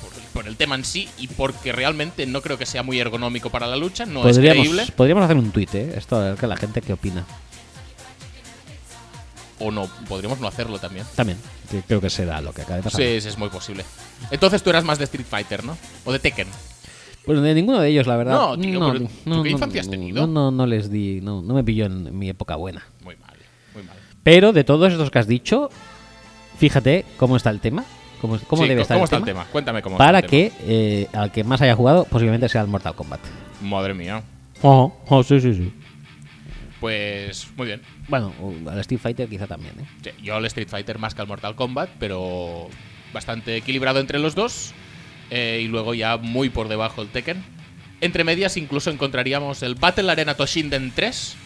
por, por el tema en sí y porque realmente no creo que sea muy ergonómico para la lucha, no es creíble. podríamos, podríamos hacer un tuit, ¿eh? Esto a ver que la gente qué opina. O no, podríamos no hacerlo también. También. que Creo que será lo que acaba de pasar. Sí, sí, es muy posible. Entonces tú eras más de Street Fighter, ¿no? O de Tekken. Pues de ninguno de ellos, la verdad. No, tío, pero ¿tú qué infancia has no, tenido? No, no, no les di. No, no me pilló en mi época buena. Muy mal, muy mal. Pero de todos estos que has dicho, fíjate cómo está el tema. ¿Cómo, cómo Sí, debe estar ¿cómo el, está tema, el tema? Cuéntame cómo Para está el tema. que eh, al que más haya jugado, posiblemente sea el Mortal Kombat. Madre mía. Oh, sí, sí, sí. Pues muy bien. Bueno, o al Street Fighter quizá también, ¿eh? Sí, Yo al Street Fighter más que al Mortal Kombat, pero bastante equilibrado entre los dos. Eh, y luego ya muy por debajo el Tekken. Entre medias incluso encontraríamos el Battle Arena Toshinden 3,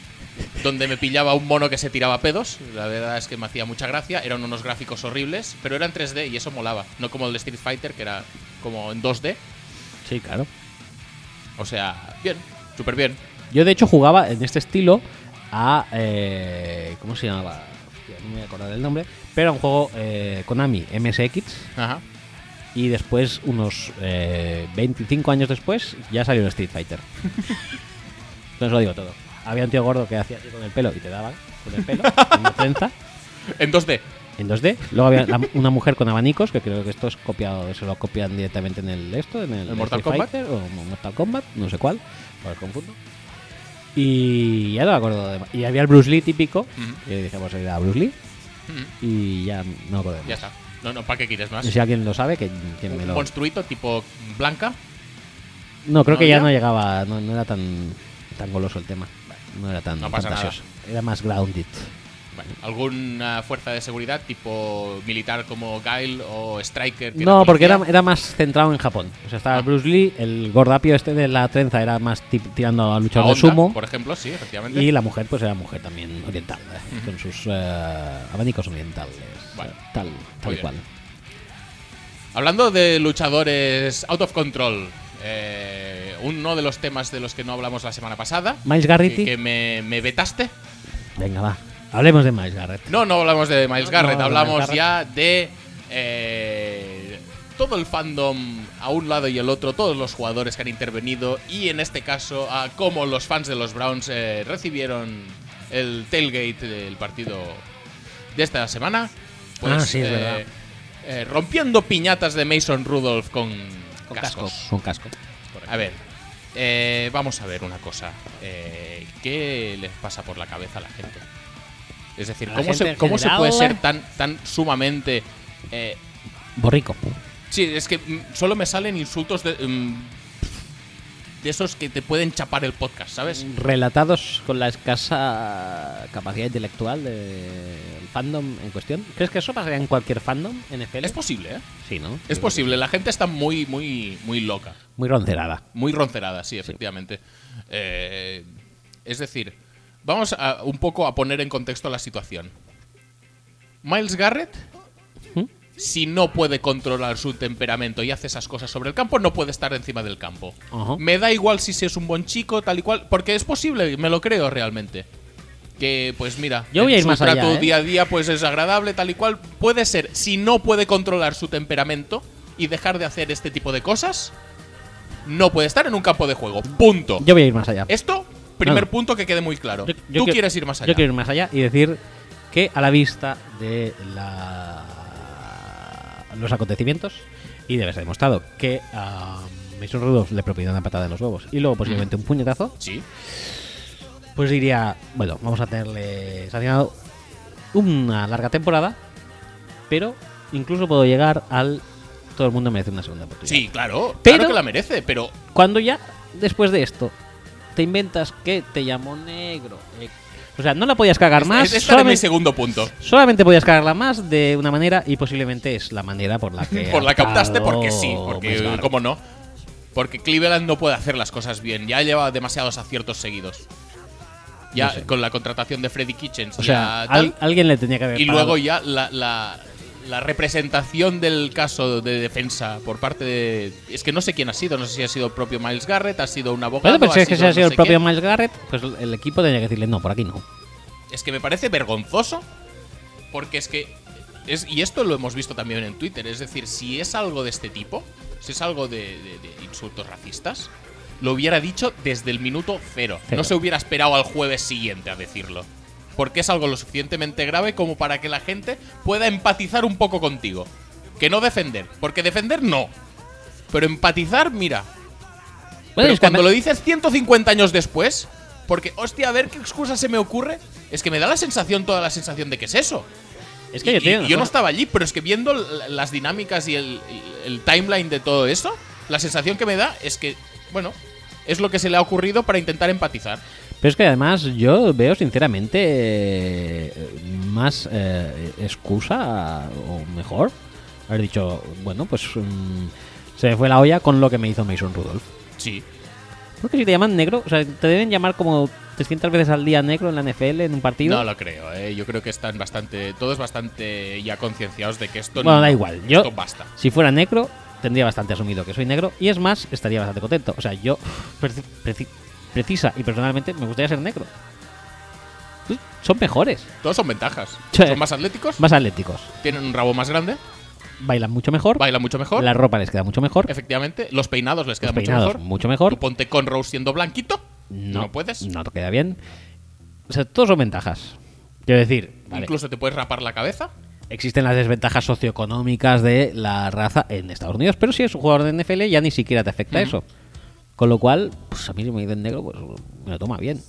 donde me pillaba un mono que se tiraba pedos. La verdad es que me hacía mucha gracia. Eran unos gráficos horribles, pero eran 3D y eso molaba. No como el Street Fighter, que era como en 2D. Sí, claro. O sea, bien, súper bien. Yo de hecho jugaba en este estilo a... eh, ¿Cómo se llamaba? Hostia, no me voy a acordar del nombre. Pero era un juego eh, Konami MSX. Ajá. Y después, unos eh, 25 años después, ya salió el Street Fighter. Entonces lo digo todo. Había un tío gordo que hacía así con el pelo y te daba con el pelo, en una trenza, En 2D. en 2D. Luego había la- una mujer con abanicos, que creo que esto es copiado, se lo copian directamente en el esto, en el, ¿El Mortal Street Kombat? Fighter o Mortal Kombat, no sé cuál, ahora confundo. pues Y ya no me acuerdo de más. Y había el Bruce Lee típico. Y dije, pues era Bruce Lee. Y ya no me acuerdo de Ya más. está. No, no, ¿para qué quieres más? Si alguien lo sabe, que, que me Un lo. monstruito tipo blanca. No, creo ¿No que ya había? no llegaba. No, no era tan, tan goloso el tema. No era tan No pasa nada. fantasioso. Era más grounded. Vale. ¿Alguna fuerza de seguridad tipo militar como Guile o Striker? que No, porque era, policía? era más centrado en Japón. O sea, Ah. estaba Bruce Lee, el gordapio este de la trenza era más ti- tirando a A luchador de Honda, sumo. Por ejemplo, sí, efectivamente. Y la mujer, pues era mujer también oriental, ¿eh? con sus eh, abanicos orientales. Vale. Tal, tal y bien. cual. Hablando de luchadores out of control, eh, uno de los temas de los que no hablamos la semana pasada. Miles que, Garrity. que me, me vetaste. Venga, va. Hablemos de Miles Garrett. No, no hablamos de Miles No, Garrett, no, hablamos Miles Garrett. ya de eh, todo el fandom a un lado y el otro, todos los jugadores que han intervenido y en este caso a cómo los fans de los Browns eh, recibieron el tailgate del partido de esta semana. Pues, Ah, sí, es verdad. eh, rompiendo piñatas de Mason Rudolph con, Con cascos. casco. Con casco. A ver, eh, vamos a ver una cosa. Eh, ¿Qué les pasa por la cabeza a la gente? Es decir, A la ¿cómo, gente se, en cómo se general. ¿eh? puede ser tan, tan sumamente... eh, Borrico. sí, es que mm, solo me salen insultos de, mm, de esos que te pueden chapar el podcast, ¿sabes? Relatados con la escasa capacidad intelectual del fandom en cuestión. ¿Crees que eso pasaría en cualquier fandom NFL? Es posible, ¿eh? sí, ¿no? Es posible, la gente está muy, muy, muy loca. Muy roncerada. Muy roncerada, sí, efectivamente. Eh, es decir, vamos a, un poco a poner en contexto la situación. Miles Garrett, ¿Mm? si no puede controlar su temperamento y hace esas cosas sobre el campo, no puede estar encima del campo. Ajá. Me da igual si se es un buen chico, tal y cual, porque es posible, me lo creo realmente. Que, pues mira, Yo voy a en ir su más allá, trato ¿eh? día a día pues es agradable, tal y cual. Puede ser, si no puede controlar su temperamento y dejar de hacer este tipo de cosas, no puede estar en un campo de juego. Punto. Yo voy a ir más allá. Esto, primer No. punto que quede muy claro. Yo- yo Tú quiero- quieres ir más allá. Yo quiero ir más allá y decir que a la vista de la- los acontecimientos, y debe ser demostrado que a Mason Rudolph le propinó una patada en los huevos y luego posiblemente un puñetazo, Sí, pues diría, bueno, vamos a tenerle sancionado una larga temporada, pero incluso puedo llegar al todo el mundo merece una segunda oportunidad. sí, claro. Pero- claro que la merece, pero Cuando ya, después de esto, te inventas que te llamó negro. eh, o sea, no la podías cagar es- más. es- este era mi solamente- segundo punto. Solamente podías cargarla más de una manera y posiblemente es la manera por la que... <laughs> Por la captaste optado porque sí, porque Miles Garrett. cómo no. Porque Cleveland no puede hacer las cosas bien, ya lleva demasiados aciertos seguidos. Ya No sé. con la contratación de Freddy Kitchens, O ya sea, tal, al- alguien le tenía que haber y parado. luego ya la, la- la representación del caso de defensa por parte de... Es que no sé quién ha sido, no sé si ha sido el propio Miles Garrett, ha sido un abogado... Bueno, pero si ha es que si sido ha sido no el sé propio quién. Miles Garrett, pues el equipo tenía que decirle, no, por aquí no. Es que me parece vergonzoso, porque es que. Es, y esto lo hemos visto también en Twitter, es decir, si es algo de este tipo, si es algo de, de- de insultos racistas, lo hubiera dicho desde el minuto cero. Cero. No se hubiera esperado al jueves siguiente a decirlo. Porque es algo lo suficientemente grave como para que la gente pueda empatizar un poco contigo. Que no defender, porque defender no. Pero empatizar, mira, Bueno, pero es que cuando me- lo dices 150 años después, porque, hostia, a ver qué excusa se me ocurre, es que me da la sensación, toda la sensación de que es eso. es que Y- yo, y- tengo y una yo no cosa- estaba allí, pero es que viendo l- las dinámicas y el, el timeline de todo eso, la sensación que me da es que, bueno, es lo que se le ha ocurrido para intentar empatizar. Pero es que además yo veo sinceramente eh, más eh, excusa o mejor haber dicho, bueno, pues mm, se me fue la olla con lo que me hizo Mason Rudolph. Sí. Porque si te llaman negro, o sea, te deben llamar como 300 veces al día negro en la NFL en un partido. No lo creo, ¿eh? yo creo que están bastante, todos bastante ya concienciados de que esto bueno, no- da igual. esto Yo, basta. si fuera negro, tendría bastante asumido que soy negro. Y es más, estaría bastante contento. O sea, yo, <laughs> preci- preci- precisa y personalmente, me gustaría ser negro. Tú- Son mejores, Todos son ventajas. Sí. Son más atléticos, más atléticos, tienen un rabo más grande, bailan mucho mejor, bailan mucho mejor. la ropa les queda mucho mejor, Efectivamente, los peinados les los queda mucho peinados mejor. mucho mejor. Tú ponte Conroe siendo blanquito. No, puedes. No te queda bien. O sea, todos son ventajas. Quiero decir, vale, Incluso te puedes rapar la cabeza. Existen las desventajas socioeconómicas de la raza en Estados Unidos, pero si eres un jugador de NFL ya ni siquiera te afecta eso. Con lo cual, pues a mí si me dicen negro, pues me lo toma bien.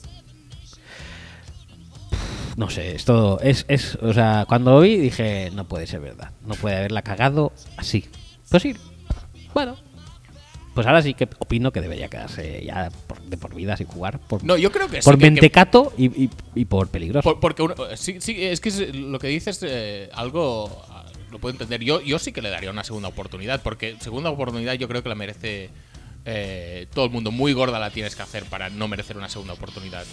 Uf, no sé, es todo. Es, es, o sea, cuando lo vi dije, no puede ser verdad. No puede haberla cagado así. Pues sí, bueno. Pues ahora sí que opino que debería quedarse ya por- de por vida sin jugar. Por, No, yo creo que sí, por que- que- mentecato y, y- y por peligroso. Por- porque uno- eh, sí, sí, es que es- lo que dices eh, algo ah, lo puedo entender. Yo, yo sí que le daría una segunda oportunidad, porque segunda oportunidad yo creo que la merece eh, todo el mundo. Muy gorda la tienes que hacer para no merecer una segunda oportunidad.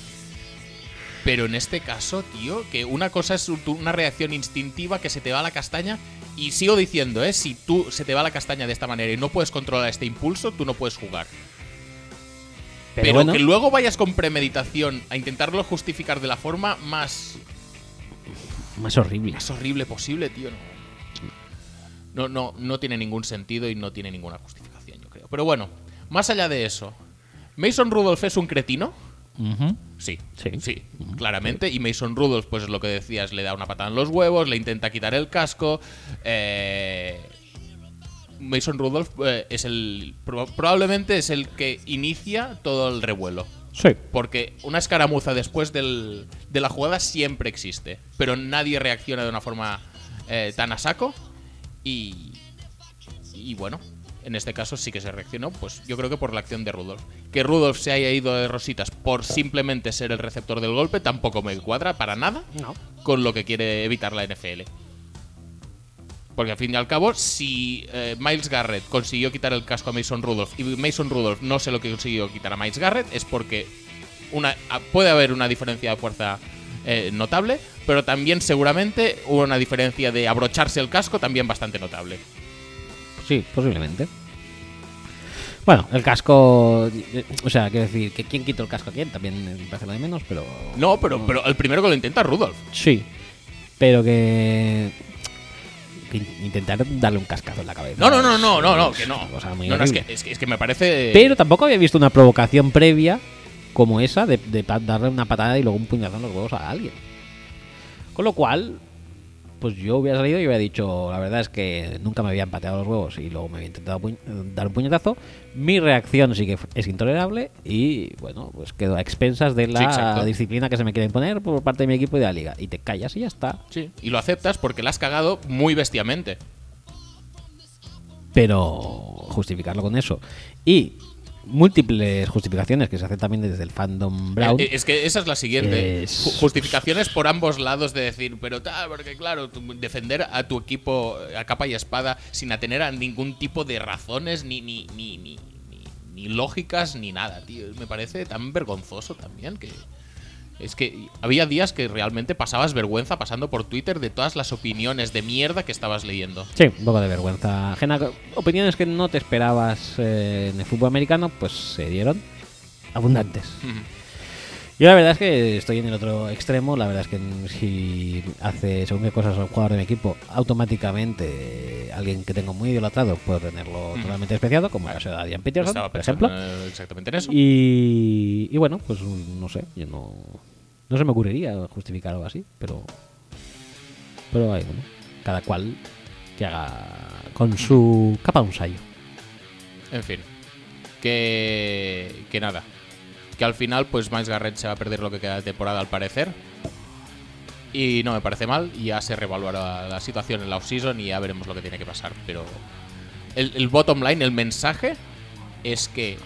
Pero en este caso, tío, que una cosa es tu- una reacción instintiva que se te va la castaña. Y sigo diciendo, ¿eh? Si tú se te va la castaña de esta manera y no puedes controlar este impulso, tú no puedes jugar. Pero, que luego vayas con premeditación a intentarlo justificar de la forma más más horrible. más horrible posible, tío. No. no, no, no tiene ningún sentido y no tiene ninguna justificación, yo creo. Pero bueno, más allá de eso, ¿Mason Rudolph es un cretino? Sí, Sí. sí, claramente. Y Mason Rudolph, pues es lo que decías, le da una patada en los huevos, le intenta quitar el casco. eh, Mason Rudolph eh, es el proba- probablemente es el que inicia todo el revuelo. Sí. Porque una escaramuza después del- de la jugada siempre existe. Pero nadie reacciona de una forma eh, tan a saco. Y, y bueno, en este caso sí que se reaccionó. Pues yo creo que por la acción de Rudolf. Que Rudolf se haya ido de rositas por simplemente ser el receptor del golpe tampoco me cuadra para nada No. con lo que quiere evitar la NFL. Porque al fin y al cabo, si eh, Miles Garrett consiguió quitar el casco a Mason Rudolph y Mason Rudolph no sé lo que consiguió quitar a Miles Garrett, es porque una, a- puede haber una diferencia de fuerza eh, notable, pero también seguramente hubo una diferencia de abrocharse el casco también bastante notable. Sí, posiblemente. Bueno, el casco. eh, O sea, quiero decir, que quién quitó el casco a quién también me parece lo de menos, pero. No, Mm. pero, pero el primero que lo intenta es Rudolph. Sí. Pero que. que in- intentar darle un cascazo en la cabeza. No, no, no, no, es- no, no, que no. es una cosa muy No, no, es, que, horrible. es que- es que me parece. Pero tampoco había visto una provocación previa como esa de, de pa- darle una patada y luego un puñetazo en los huevos a alguien. Con lo cual, pues yo hubiera salido y hubiera dicho, la verdad es que nunca me había empateado los huevos y luego me había intentado puñ- dar un puñetazo. Mi reacción sí que fu- es intolerable y bueno, pues quedo a expensas de Sí, la exacto. disciplina que se me quiere imponer por parte de mi equipo y de la liga. Y te callas y ya está. Sí, y lo aceptas porque la has cagado muy bestiamente. pero justificarlo con eso. Y múltiples justificaciones que se hacen también desde el fandom Brown. Eh, Es que esa es la siguiente. Es- Ju- Justificaciones por ambos lados de decir, pero tal, porque claro, tu- defender a tu equipo a capa y espada sin atener a ningún tipo de razones ni, ni, ni, ni, ni- ni lógicas ni nada, tío. Me parece tan vergonzoso también que... Es que había días que realmente pasabas vergüenza pasando por Twitter de todas las opiniones de mierda que estabas leyendo. Sí, un poco de vergüenza ajena. Opiniones que no te esperabas eh, en el fútbol americano, pues se dieron abundantes. Yo la verdad es que estoy en el otro extremo. La verdad es que mm, si hace según qué cosas un jugador de mi equipo, automáticamente eh, alguien que tengo muy idolatrado puedo tenerlo totalmente despreciado, como el caso de Adrian Peterson, Estaba por pensando ejemplo. eh, exactamente en eso. Y, y bueno, pues no sé, yo no, no se me ocurriría justificar algo así, pero pero ahí, bueno, cada cual que haga con su capa un sayo. En fin. Que, que nada. Que al final, pues Miles Garrett se va a perder lo que queda de temporada al parecer. Y no me parece mal. y Ya se reevaluará la situación en la offseason y ya veremos lo que tiene que pasar. Pero el, el bottom line, el mensaje, es que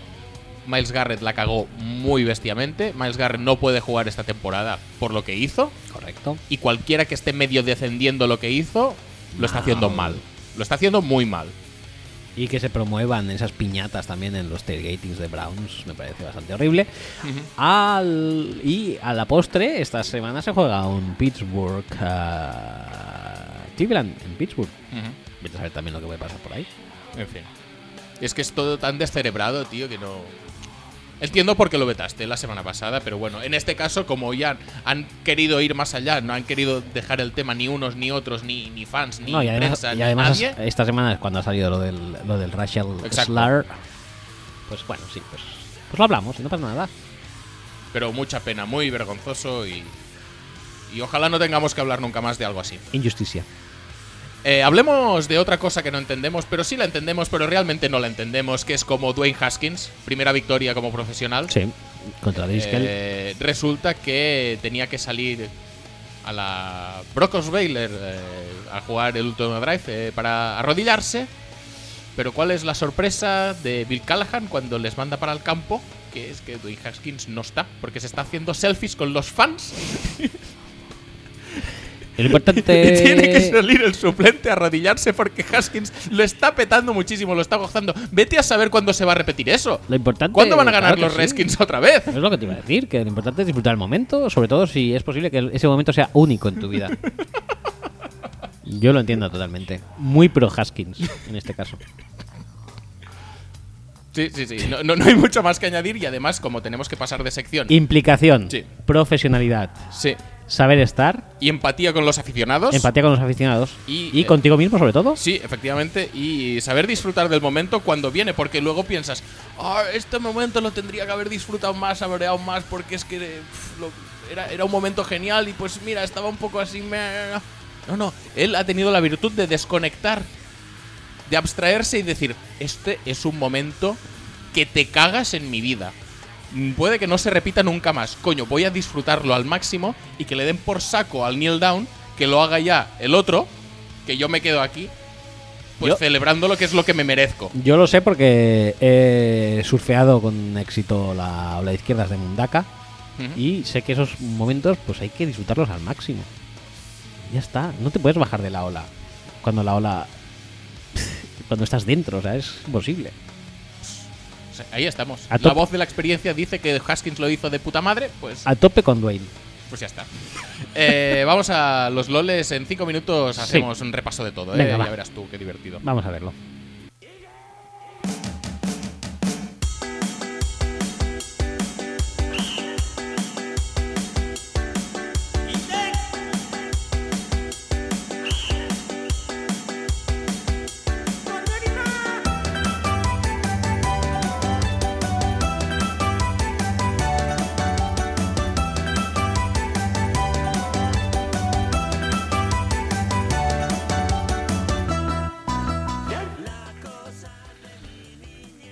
Miles Garrett la cagó muy bestiamente. Miles Garrett no puede jugar esta temporada por lo que hizo. Correcto. Y cualquiera que esté medio defendiendo lo que hizo, lo está haciendo mal. Lo está haciendo muy mal. Y que se promuevan esas piñatas también en los tailgatings de Browns, me parece bastante horrible. Al- y a la postre, esta semana se juega un Pittsburgh. ah, Cleveland en Pittsburgh. Ujú. Vete a saber también lo que puede pasar por ahí. En fin. Es que es todo tan descerebrado, tío, que no. Entiendo por qué lo vetaste la semana pasada, pero bueno, en este caso, como ya han querido ir más allá, no han querido dejar el tema ni unos, ni otros, ni, ni fans, ni No, y además, prensa, y ni además eh, nadie. es- esta semana es cuando ha salido lo del, lo del Rachel Exacto. Slar. Pues bueno, sí, pues, pues lo hablamos, no pasa nada. Pero mucha pena, muy vergonzoso y. Y ojalá no tengamos que hablar nunca más de algo así. Injusticia. Eh, hablemos de otra cosa que no entendemos, pero sí la entendemos, pero realmente no la entendemos, que es como Dwayne Haskins, primera victoria como profesional. Sí, contra Driscoll. Eh, resulta que tenía que salir a la Brock Osweiler eh, a jugar el último drive eh, para arrodillarse. Pero ¿cuál es la sorpresa de Bill Callahan cuando les manda para el campo? Que es que Dwayne Haskins no está, porque se está haciendo selfies con los fans Lo importante. y <laughs> tiene que salir el suplente a arrodillarse porque Haskins lo está petando muchísimo, lo está gozando. Vete a saber cuándo se va a repetir eso. Lo importante- ¿Cuándo van a ganar claro que los sí. Redskins otra vez? Es lo que te iba a decir, que lo importante es disfrutar el momento, sobre todo si es posible que ese momento sea único en tu <laughs> vida. Yo lo entiendo totalmente. Muy pro Haskins en este <laughs> caso. Sí, sí, sí. No, no- no hay mucho más que añadir y además, como tenemos que pasar de sección. Implicación, Sí. profesionalidad, Sí. saber estar, Y empatía con los aficionados. empatía con los aficionados Y, y, eh, contigo mismo sobre todo. Sí, efectivamente, y saber disfrutar del momento cuando viene, porque luego piensas, "Ah, este momento lo tendría que haber disfrutado más, saboreado más, porque es que eh, pf, lo- era, era un momento genial y pues mira, estaba un poco así... meh". No, no, él ha tenido la virtud de desconectar, de abstraerse y decir, este es un momento que te cagas en mi vida. Mm, Puede que no se repita nunca más. Coño, voy a disfrutarlo al máximo y que le den por saco al kneel down, que lo haga ya el otro, que yo me quedo aquí, pues Yo- celebrando lo que es lo que me merezco. Yo lo sé porque he surfeado con éxito la ola de izquierdas de Mundaka Ujú. y sé que esos momentos pues hay que disfrutarlos al máximo. Ya está, no te puedes bajar de la ola cuando la ola <laughs> cuando estás dentro, o sea, es imposible. O sea, ahí estamos. A La tope. voz de la experiencia dice que Haskins lo hizo de puta madre, pues, A tope con Dwayne. pues ya está. Eh, vamos a los loles. En cinco minutos hacemos un repaso de todo. ¿eh? Venga, ya va. verás tú, qué divertido. Vamos a verlo.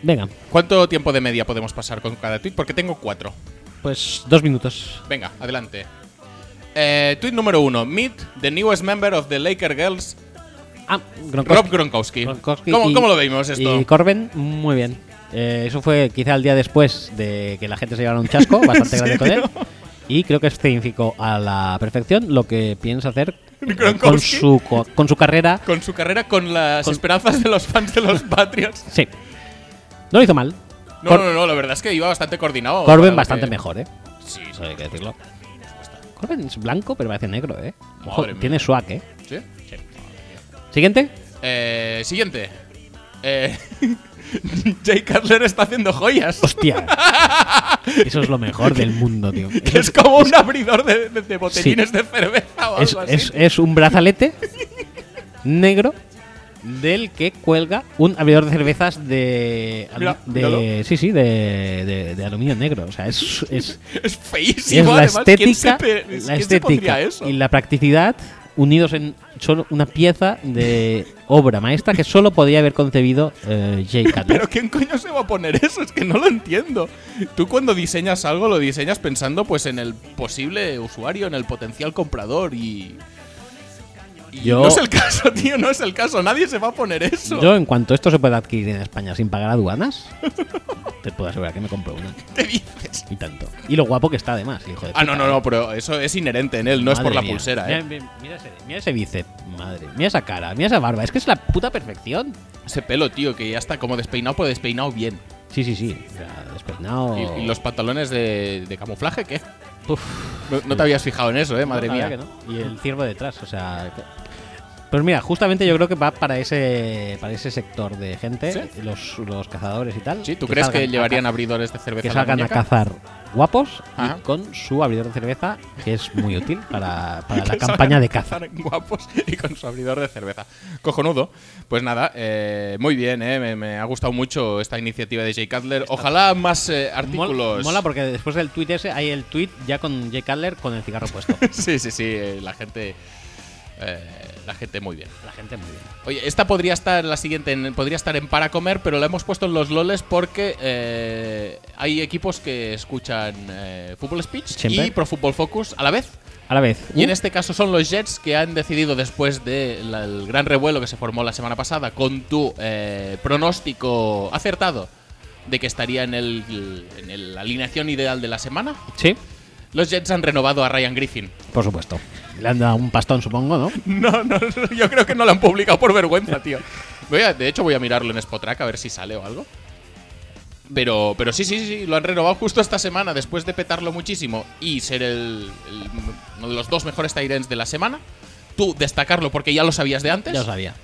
Venga, ¿Cuánto tiempo de media podemos pasar con cada tweet? Porque tengo cuatro. pues dos minutos. Venga, adelante. Eh, tweet número uno. Meet the newest member of the Laker Girls, Ah, Gronkowski. Rob Gronkowski. Gronkowski ¿Cómo, y- cómo lo vemos esto? Y Corben, muy bien. Eh, eso fue quizá el día después de que la gente se llevara un <laughs> <laughs> chasco bastante grande con él. Y creo que escenificó a la perfección lo que piensa <laughs> hacer eh, con Gronkowski. su, co- con su carrera. Con su carrera, con las Con- esperanzas de los fans de los <laughs> Patriots. Sí. No lo hizo mal. No, Cor- no, no, la verdad es que iba bastante coordinado. para lo Corben que- bastante mejor, ¿eh? Sí, Eso hay que decirlo. Corben es blanco, pero parece negro, ¿eh? Ojo, Madre mía. tiene swag, ¿eh? sí. Siguiente. Eh, siguiente. Eh, <laughs> Jay Cutler está haciendo joyas. <laughs> Hostia. Eso es lo mejor del mundo, tío. Eso es como un abridor de, de- de botellines Sí. de cerveza o es, algo así. es- es un brazalete negro del que cuelga un abridor de cervezas de, alu- Mira, de- míralo. sí sí de, de- de aluminio negro o sea es, es, Es es feísimo, la además. ¿Quién se estética pe- la quién se estética pondría eso? y la practicidad unidos en solo una pieza de obra maestra que solo podía haber concebido eh, Jay Cutler Pero ¿quién coño se va a poner eso? Es que no lo entiendo. Tú cuando diseñas algo lo diseñas pensando pues en el posible usuario, en el potencial comprador y... y Yo- No es el caso, <laughs> tío, no es el caso. Nadie se va a poner eso. yo en cuanto esto se pueda adquirir en España sin pagar aduanas te puedo asegurar que me compro una ¿Qué dices? y tanto y lo guapo que está además el hijo de Ah, no, puta, no, ¿eh? no, pero eso es inherente en él, no es por Madre la mía. pulsera, Mira, ¿eh? mira, mira ese, mira ese bíceps, madre. Mira esa cara, mira esa barba. Es que es la puta perfección. Ese pelo, tío, que ya está como despeinado, pero despeinado bien. Sí, sí, sí. O sea, despeinado. Y, y los pantalones de, de camuflaje, ¿qué? Puf, No, no te habías fijado en eso, ¿eh? Madre no, la mía. verdad que no. Y el ciervo detrás, o sea. que- Pues mira, justamente yo creo que va para ese para ese sector de gente, ¿Sí? los, los cazadores y tal. Sí, ¿tú crees que salgan a llevarían ca- abridores de cerveza que a la salgan a muñeca? cazar guapos y Ajá. con su abridor de cerveza, que es muy útil para, <laughs> para la Que campaña salgan de a caza. cazar guapos y con su abridor de cerveza. Cojonudo. Pues nada, eh, muy bien, eh, me, me ha gustado mucho esta iniciativa de Jay Cutler. Ojalá más eh, Mol- <laughs> artículos. Mola porque después del tweet ese hay el tweet ya con Jay Cutler con el cigarro <laughs> puesto. <laughs> Sí, sí, sí, eh, la gente. eh, la gente muy bien. La gente muy bien. Oye, esta podría estar la siguiente, en- podría estar en para comer, pero la hemos puesto en los loles porque eh, hay equipos que escuchan eh, Football Speech Siempre. Uh. y Pro Football Focus a la vez. a la vez. Y en este caso son los Jets que han decidido, después del gran revuelo que se formó la semana pasada, con tu eh, pronóstico acertado de que estaría en, el, en el- la alineación ideal de la semana, Sí, los Jets han renovado a Ryan Griffin. por supuesto. Le han dado un pastón, supongo, <laughs> ¿no? No, no, yo creo que no lo han publicado por vergüenza, tío. Voy a- de hecho, voy a mirarlo en Spotrack a ver si sale o algo. Pero, pero sí, sí, sí, lo han renovado justo esta semana, después de petarlo muchísimo y ser el, el- uno de los dos mejores tight ends de la semana. Tú destacarlo porque ya lo sabías de antes. Ya lo sabía.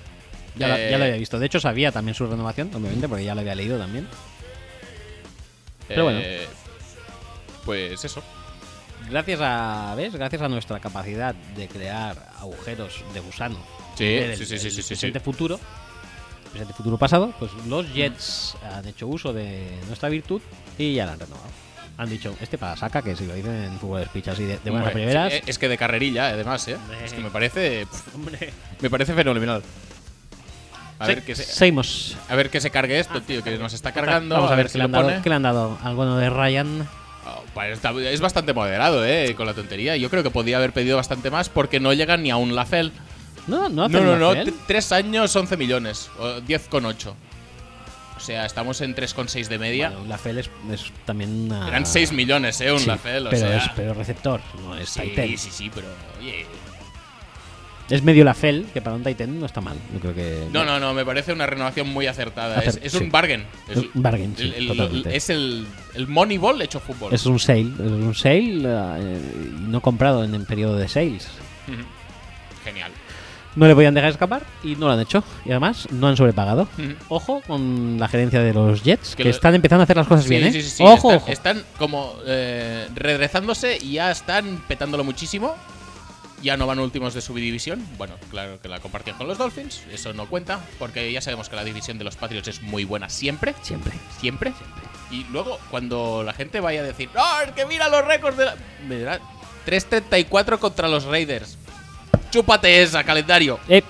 Ya, la- ya Eh. lo había visto. De hecho, sabía también su renovación, obviamente, porque ya lo había leído también. Pero bueno. Pues eso. Gracias a, ¿ves? Gracias a nuestra capacidad de crear agujeros de gusano. Sí, ver el- sí, sí, sí, el sí, sí, Presente sí. futuro. Presente futuro pasado. Pues los Jets han hecho uso de nuestra virtud y ya la han renovado. Han dicho, este para saca, que si lo dicen en fútbol speech así de, de buenas a Hombre, primeras. sí, Es que de carrerilla, además, ¿eh? Hombre. Es que me parece, pf, Hombre. me parece fenomenal. A Se- ver qué se, Seguimos. a ver que se Ah, cargue esto, tío, que nos está cargando. Vamos a ver, si qué, le lo han dado, pone. qué le han dado al bueno de Ryan. Oh, pa- está- Es bastante moderado, ¿eh? Con la tontería. Yo creo que podía haber pedido bastante más porque no llega ni a un Lafel. No, no, No, hacen no, no. Rafael. t- Tres años, 11 millones. O 10,8. O sea, estamos en 3,6 de media. Bueno, la FEL es, es también una. Eran 6 millones, ¿eh? Un Sí, Lafel. O pero sea, es pero receptor, no es sí, tight sí, end. sí, pero. Oye. Es medio la FEL, que para un tight end no está mal. Yo creo que. No, no, no. Me parece una renovación muy acertada. Acer- es, es un sí. bargain. Es, Un bargain, sí, el- el- totalmente. es el, el Moneyball hecho fútbol. Es un sale, es un sale eh, y no comprado en el periodo de sales. Ujú. <laughs> Genial. No le podían dejar escapar y no lo han hecho. Y además no han sobrepagado. Ujú. Ojo con la gerencia de los Jets, Que que, lo- están empezando a hacer las cosas Sí, bien, ¿eh? sí, sí, sí. Ojo, están, ojo. están como eh, redrezándose y ya están petándolo muchísimo. Ya no van últimos de su división. Bueno, claro que la compartían con los Dolphins. Eso no cuenta, porque ya sabemos que la división de los Patriots es muy buena siempre. Siempre. Siempre. Y luego, cuando la gente vaya a decir, ¡No, es que mira los récords de la. Me dirá, 3.34 contra los Raiders. Chúpate esa, calendario. Eh,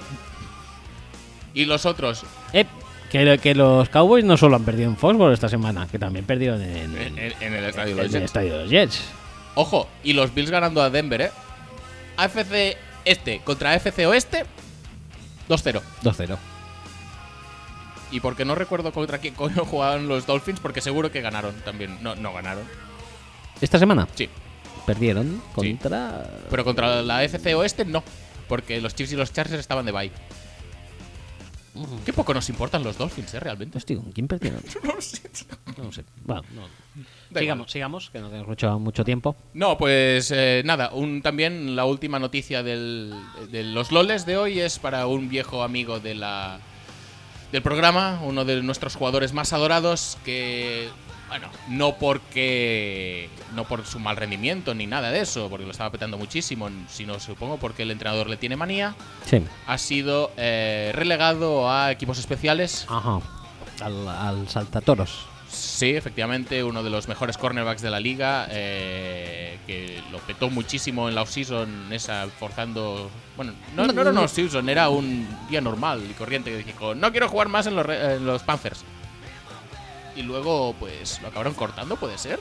Y los otros, eh, que, lo- que los Cowboys no solo han perdido en Foxborough esta semana, Ah, que también perdieron en, en, en- en- en el estadio en de Eh, los el Jets. estadio de los Jets. Ojo, y los Bills ganando a Denver, ¿eh? AFC este contra AFC oeste, 2-0. 2-0. Y porque no recuerdo contra quién coño <laughs> jugaban los Dolphins, porque seguro que ganaron también. No, no ganaron. Esta semana Sí, perdieron Sí. contra. pero contra la AFC oeste no, porque los Chiefs y los Chargers estaban de bye. Qué poco nos importan los Dolphins, ¿eh? Realmente. Hostia, ¿con quién <laughs> perdieron? no sé. No sé. Bueno, no. Da Sigamos, sigamos, que no tenemos mucho, mucho tiempo. No, pues eh, nada, un, también la última noticia del- de los loles de hoy es para un viejo amigo de la, del programa, uno de nuestros jugadores más adorados, que, bueno, no porque, no por su mal rendimiento ni nada de eso, porque lo estaba petando muchísimo, sino supongo porque el entrenador le tiene manía, Sí. ha sido eh, relegado a equipos especiales. Ajá. Al, al saltatoros. Sí, efectivamente, uno de los mejores cornerbacks de la liga, eh, que lo petó muchísimo en la offseason, esa forzando... Bueno, no, no era una offseason, era un día normal y corriente que dijo, no quiero jugar más en los, re- en los Panthers. Y luego, pues, lo acabaron cortando, ¿puede ser?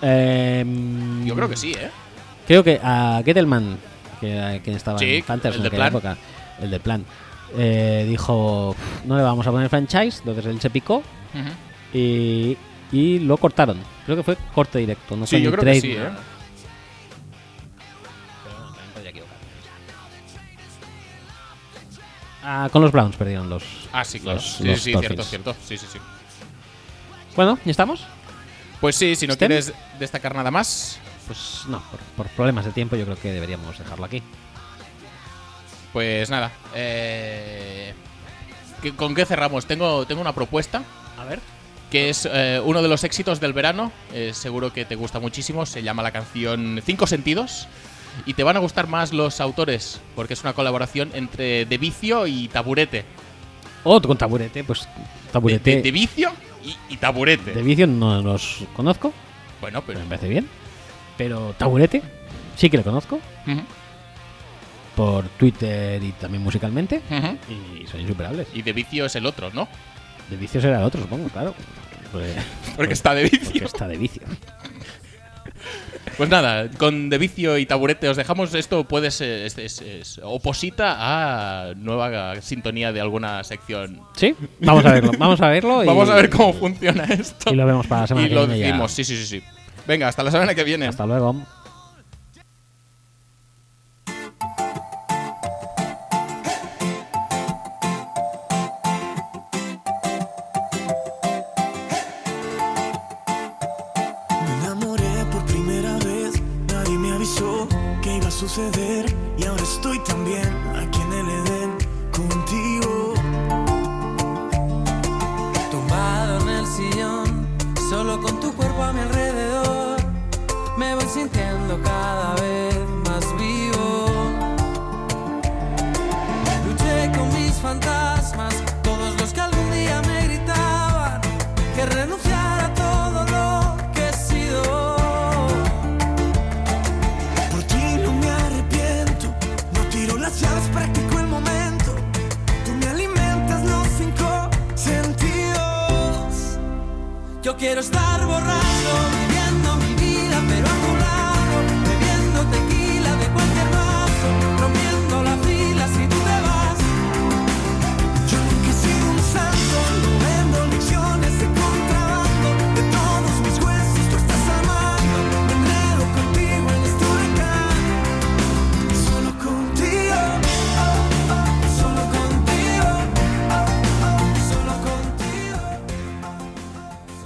Em, Yo creo que sí, ¿eh? Creo que a Gettelman, que era quien estaba Sí, en Panthers el en del aquella plan. época, el del plan, eh, dijo: No le vamos a poner franchise. Entonces él se picó y, y lo cortaron. Creo que fue corte directo. No fue Sí, yo ni creo trade que sí, ni ¿eh? nada. Pero bueno, también podría equivocarme. Ah, con los Browns perdieron los. Ah, sí, claro. los- sí, los sí, sí, cierto, Dolphins. cierto. Sí, sí, sí. Bueno, ¿ya estamos? Pues sí, si no ¿Stem? quieres destacar nada más, Pues no, por, por problemas de tiempo yo creo que deberíamos dejarlo aquí. pues nada. Eh, ¿qué- ¿Con qué cerramos? Tengo, tengo una propuesta. A ver. que es eh, uno de los éxitos del verano, eh, seguro que te gusta muchísimo, se llama la canción Cinco Sentidos y te van a gustar más los autores porque es una colaboración entre De Vicio y Taburete. Oh, con taburete, pues De, taburete. de- De Vicio y, y Taburete. de vicio no los conozco, bueno, pero... pero me parece bien. Pero taburete sí que lo conozco Ujú, por Twitter y también musicalmente. ujú. Y son insuperables. Y De Vicio es el otro, ¿no? De vicio será el otro, supongo, claro. Pues- Porque está De porque Vicio. está de vicio. Pues nada, con De Vicio y Taburete os dejamos. Esto puede ser es- es- es oposita a nueva sintonía de alguna sección. Sí, vamos a verlo. Vamos a <laughs> verlo y, Vamos a ver cómo funciona esto. y lo vemos para la semana Y que lo viene ya. decimos, sí, sí, sí, sí. Venga, hasta la semana que viene. Hasta luego. Me enamoré por primera vez, nadie me avisó que iba a suceder y ahora estoy también aquí en el Edén contigo. Tumbado en el sillón, solo con tu cuerpo a mi alrededor, me voy sintiendo cada vez más vivo. Luché con mis fantasmas, todos los que algún día me gritaban que renunciara a todo lo que he sido. Por ti no me arrepiento, no tiro las llaves, practico el momento. Tú me alimentas los cinco sentidos. Yo quiero estar borracho, viviendo mi vida, pero a tu oh,